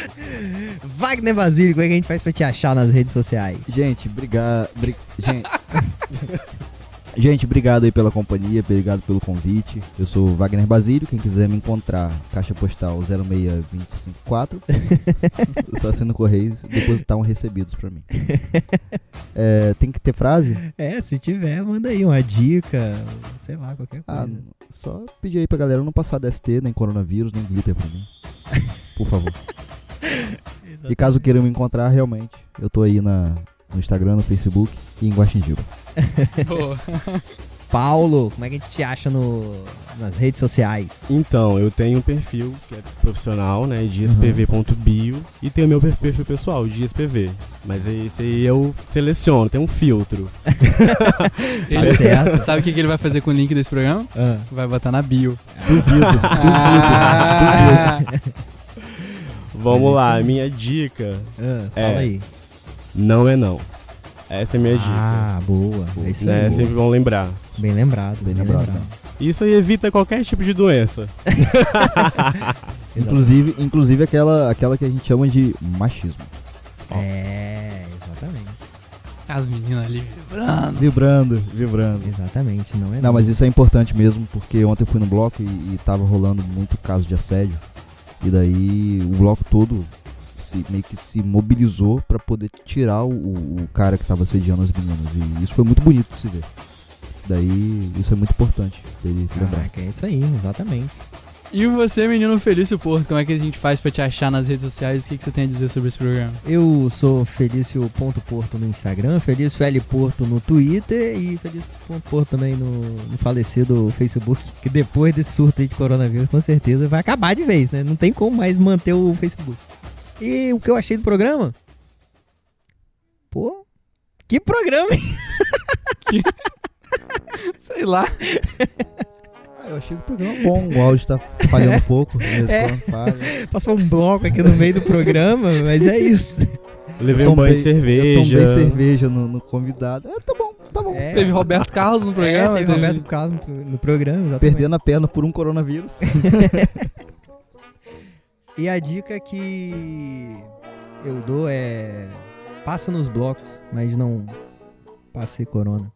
B: (laughs) Wagner Basílio, como é que a gente faz pra te achar nas redes sociais?
A: Gente, obrigado. bri- Gente. (laughs) Gente, obrigado aí pela companhia, obrigado pelo convite. Eu sou o Wagner Basílio. Quem quiser me encontrar, caixa postal 06254. (laughs) Só assino Correios e depositar um recebidos pra mim. É, tem que ter frase?
B: É, se tiver, manda aí uma dica, sei lá, qualquer
A: Ah,
B: coisa.
A: só pedir aí pra galera não passar DST, nem coronavírus, nem glitter pra mim. Por favor. e caso queiram me encontrar, realmente, eu tô aí na, no Instagram, no Facebook e em Guaxindiba.
C: Boa.
B: (laughs) Paulo, como é que a gente te acha no, nas redes sociais?
D: Então, eu tenho um perfil que é profissional, né? DSPV.bio e tem o meu per- perfil pessoal, DSPV. Mas esse aí eu seleciono, tem um filtro.
B: Tá
C: Ele-
B: certo?
C: sabe o que que ele vai fazer com o link desse programa?
B: Ah.
C: Vai botar na bio.
A: Duvido, duvido.
C: Ah,
D: Vamos
B: Mas
D: lá,
B: esse-
D: minha dica
B: Ah,
D: É,
B: fala aí.
D: não é não. Essa é minha dica.
B: Ah, boa. É isso
D: né?
B: aí.
D: Sempre bom lembrar.
B: Bem lembrado, bem,
A: Bem
B: lembrado.
A: lembrado.
D: Isso aí evita qualquer tipo de doença.
A: inclusive, inclusive aquela, aquela que a gente chama de machismo.
B: É, exatamente.
C: As meninas ali vibrando.
A: Vibrando, vibrando.
B: Exatamente, não é?
A: Não, mas isso é importante mesmo, porque ontem eu fui no bloco e, e tava rolando muito caso de assédio. E daí o bloco todo se, meio que se mobilizou pra poder tirar o, o cara que tava assediando as meninas. E isso foi muito bonito de se ver. Daí isso é muito importante dele lembrar.
B: Caraca, é isso aí, exatamente.
C: E você, menino Felício Porto, como é que a gente faz pra te achar nas redes sociais? O que, que você tem a dizer sobre esse programa?
B: Eu sou Felício.porto no Instagram, Felício L Porto no Twitter e Felício.porto também no, no falecido Facebook, que depois desse surto aí de coronavírus, com certeza vai acabar de vez, né? Não tem como mais manter o Facebook. E o que eu achei do programa? Pô, que programa, hein?
C: Sei lá.
A: eu achei o programa bom, o áudio tá falhando (laughs) um pouco.
B: É.
A: falha.
B: Passou um bloco aqui no meio do programa, mas é isso.
D: Eu levei
A: Eu
D: um banho de
A: tombei- Eu tombei
D: cerveja.
A: cerveja no, no convidado. É, tá bom, tá bom.
B: É.
C: Teve Roberto Carlos no programa.
B: é, teve Roberto Carlos no, no programa, exatamente.
A: Perdendo a perna por um coronavírus.
B: E a dica que eu dou é passa nos blocos, mas não passe corona.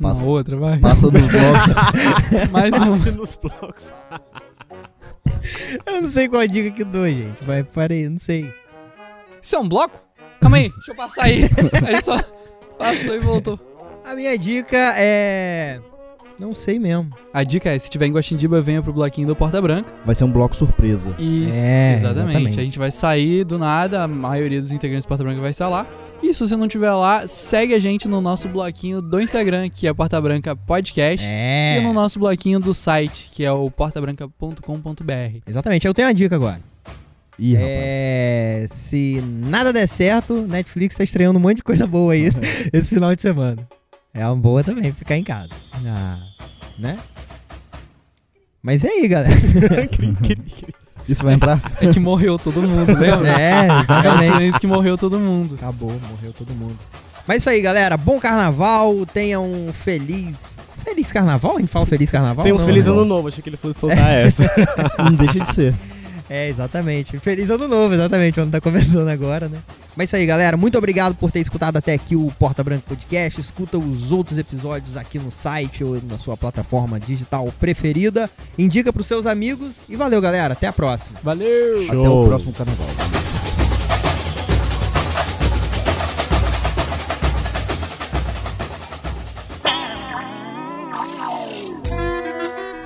C: Uma
A: Passa.
C: outra, vai.
A: (laughs) Passa nos blocos.
C: (laughs) Mais uma.
D: Passe nos blocos.
B: Eu não sei qual a dica que eu dou, gente. Vai, parei, não sei.
C: Isso é um bloco? Calma aí, deixa eu passar aí. Aí só passou e voltou.
B: A minha dica é não sei mesmo.
C: A dica é, se tiver em Guaxindiba, venha pro bloquinho do Porta Branca.
A: Vai ser um bloco surpresa.
C: Isso,
B: É,
C: exatamente.
B: exatamente.
C: A gente vai sair do nada, a maioria dos integrantes do Porta Branca vai estar lá. E se você não estiver lá, segue a gente no nosso bloquinho do Instagram, que é Porta Branca Podcast.
B: É.
C: E no nosso bloquinho do site, que é o portabranca.com.br.
B: Exatamente. Eu tenho a dica agora.
A: Ih, rapaz.
B: É, se nada der certo, Netflix tá estreando um monte de coisa boa (laughs) aí esse final de semana. É uma boa também ficar em casa. Ah, né? Mas é aí, galera.
A: Isso vai (laughs) entrar?
C: É que morreu todo mundo,
B: (laughs)
C: lembra?
B: É,
C: É o
B: exatamente.
C: silêncio que morreu todo mundo.
B: Acabou, morreu todo mundo. Mas é isso aí, galera. Bom carnaval. Tenha um feliz. Feliz Carnaval? A gente fala Feliz Carnaval?
D: Tem um
B: Não,
D: Feliz
B: né?
D: Ano Novo, achei que ele fosse soltar
A: É.
D: essa.
A: Não deixa de ser.
B: É, exatamente. Feliz ano novo, exatamente. O ano tá começando agora, né? Mas é isso aí, galera. Muito obrigado por ter escutado até aqui o Porta Branco Podcast. Escuta os outros episódios aqui no site ou na sua plataforma digital preferida. Indica pros seus amigos. E valeu, galera. Até a próxima.
A: (laughs)
C: Valeu!
A: Até o
D: Show.
A: próximo carnaval.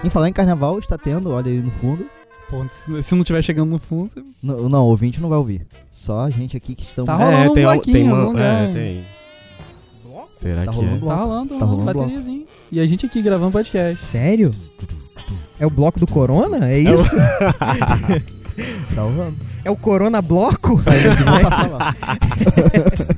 A: Em falar em carnaval, está tendo, olha aí no fundo.
C: Pô, se se não tiver chegando no fundo, você
A: Não, não, ouvinte não vai ouvir. Só a gente aqui que estamos.
C: Tá rolando um
D: É, tem,
C: bloquinho, né?
D: tem,
C: vamos ganhar.
D: é, tem. Será
A: Tá
D: que
A: rolando
D: é?
C: tá rolando,
A: Tá rolando
C: tá rolando
A: bloco.
C: bateriazinho. E a gente aqui gravando podcast.
B: Sério? É o bloco do Corona? É (laughs) isso? Então
A: Tá rolando.
B: (laughs) É o Corona Bloco?
A: Tá rolando.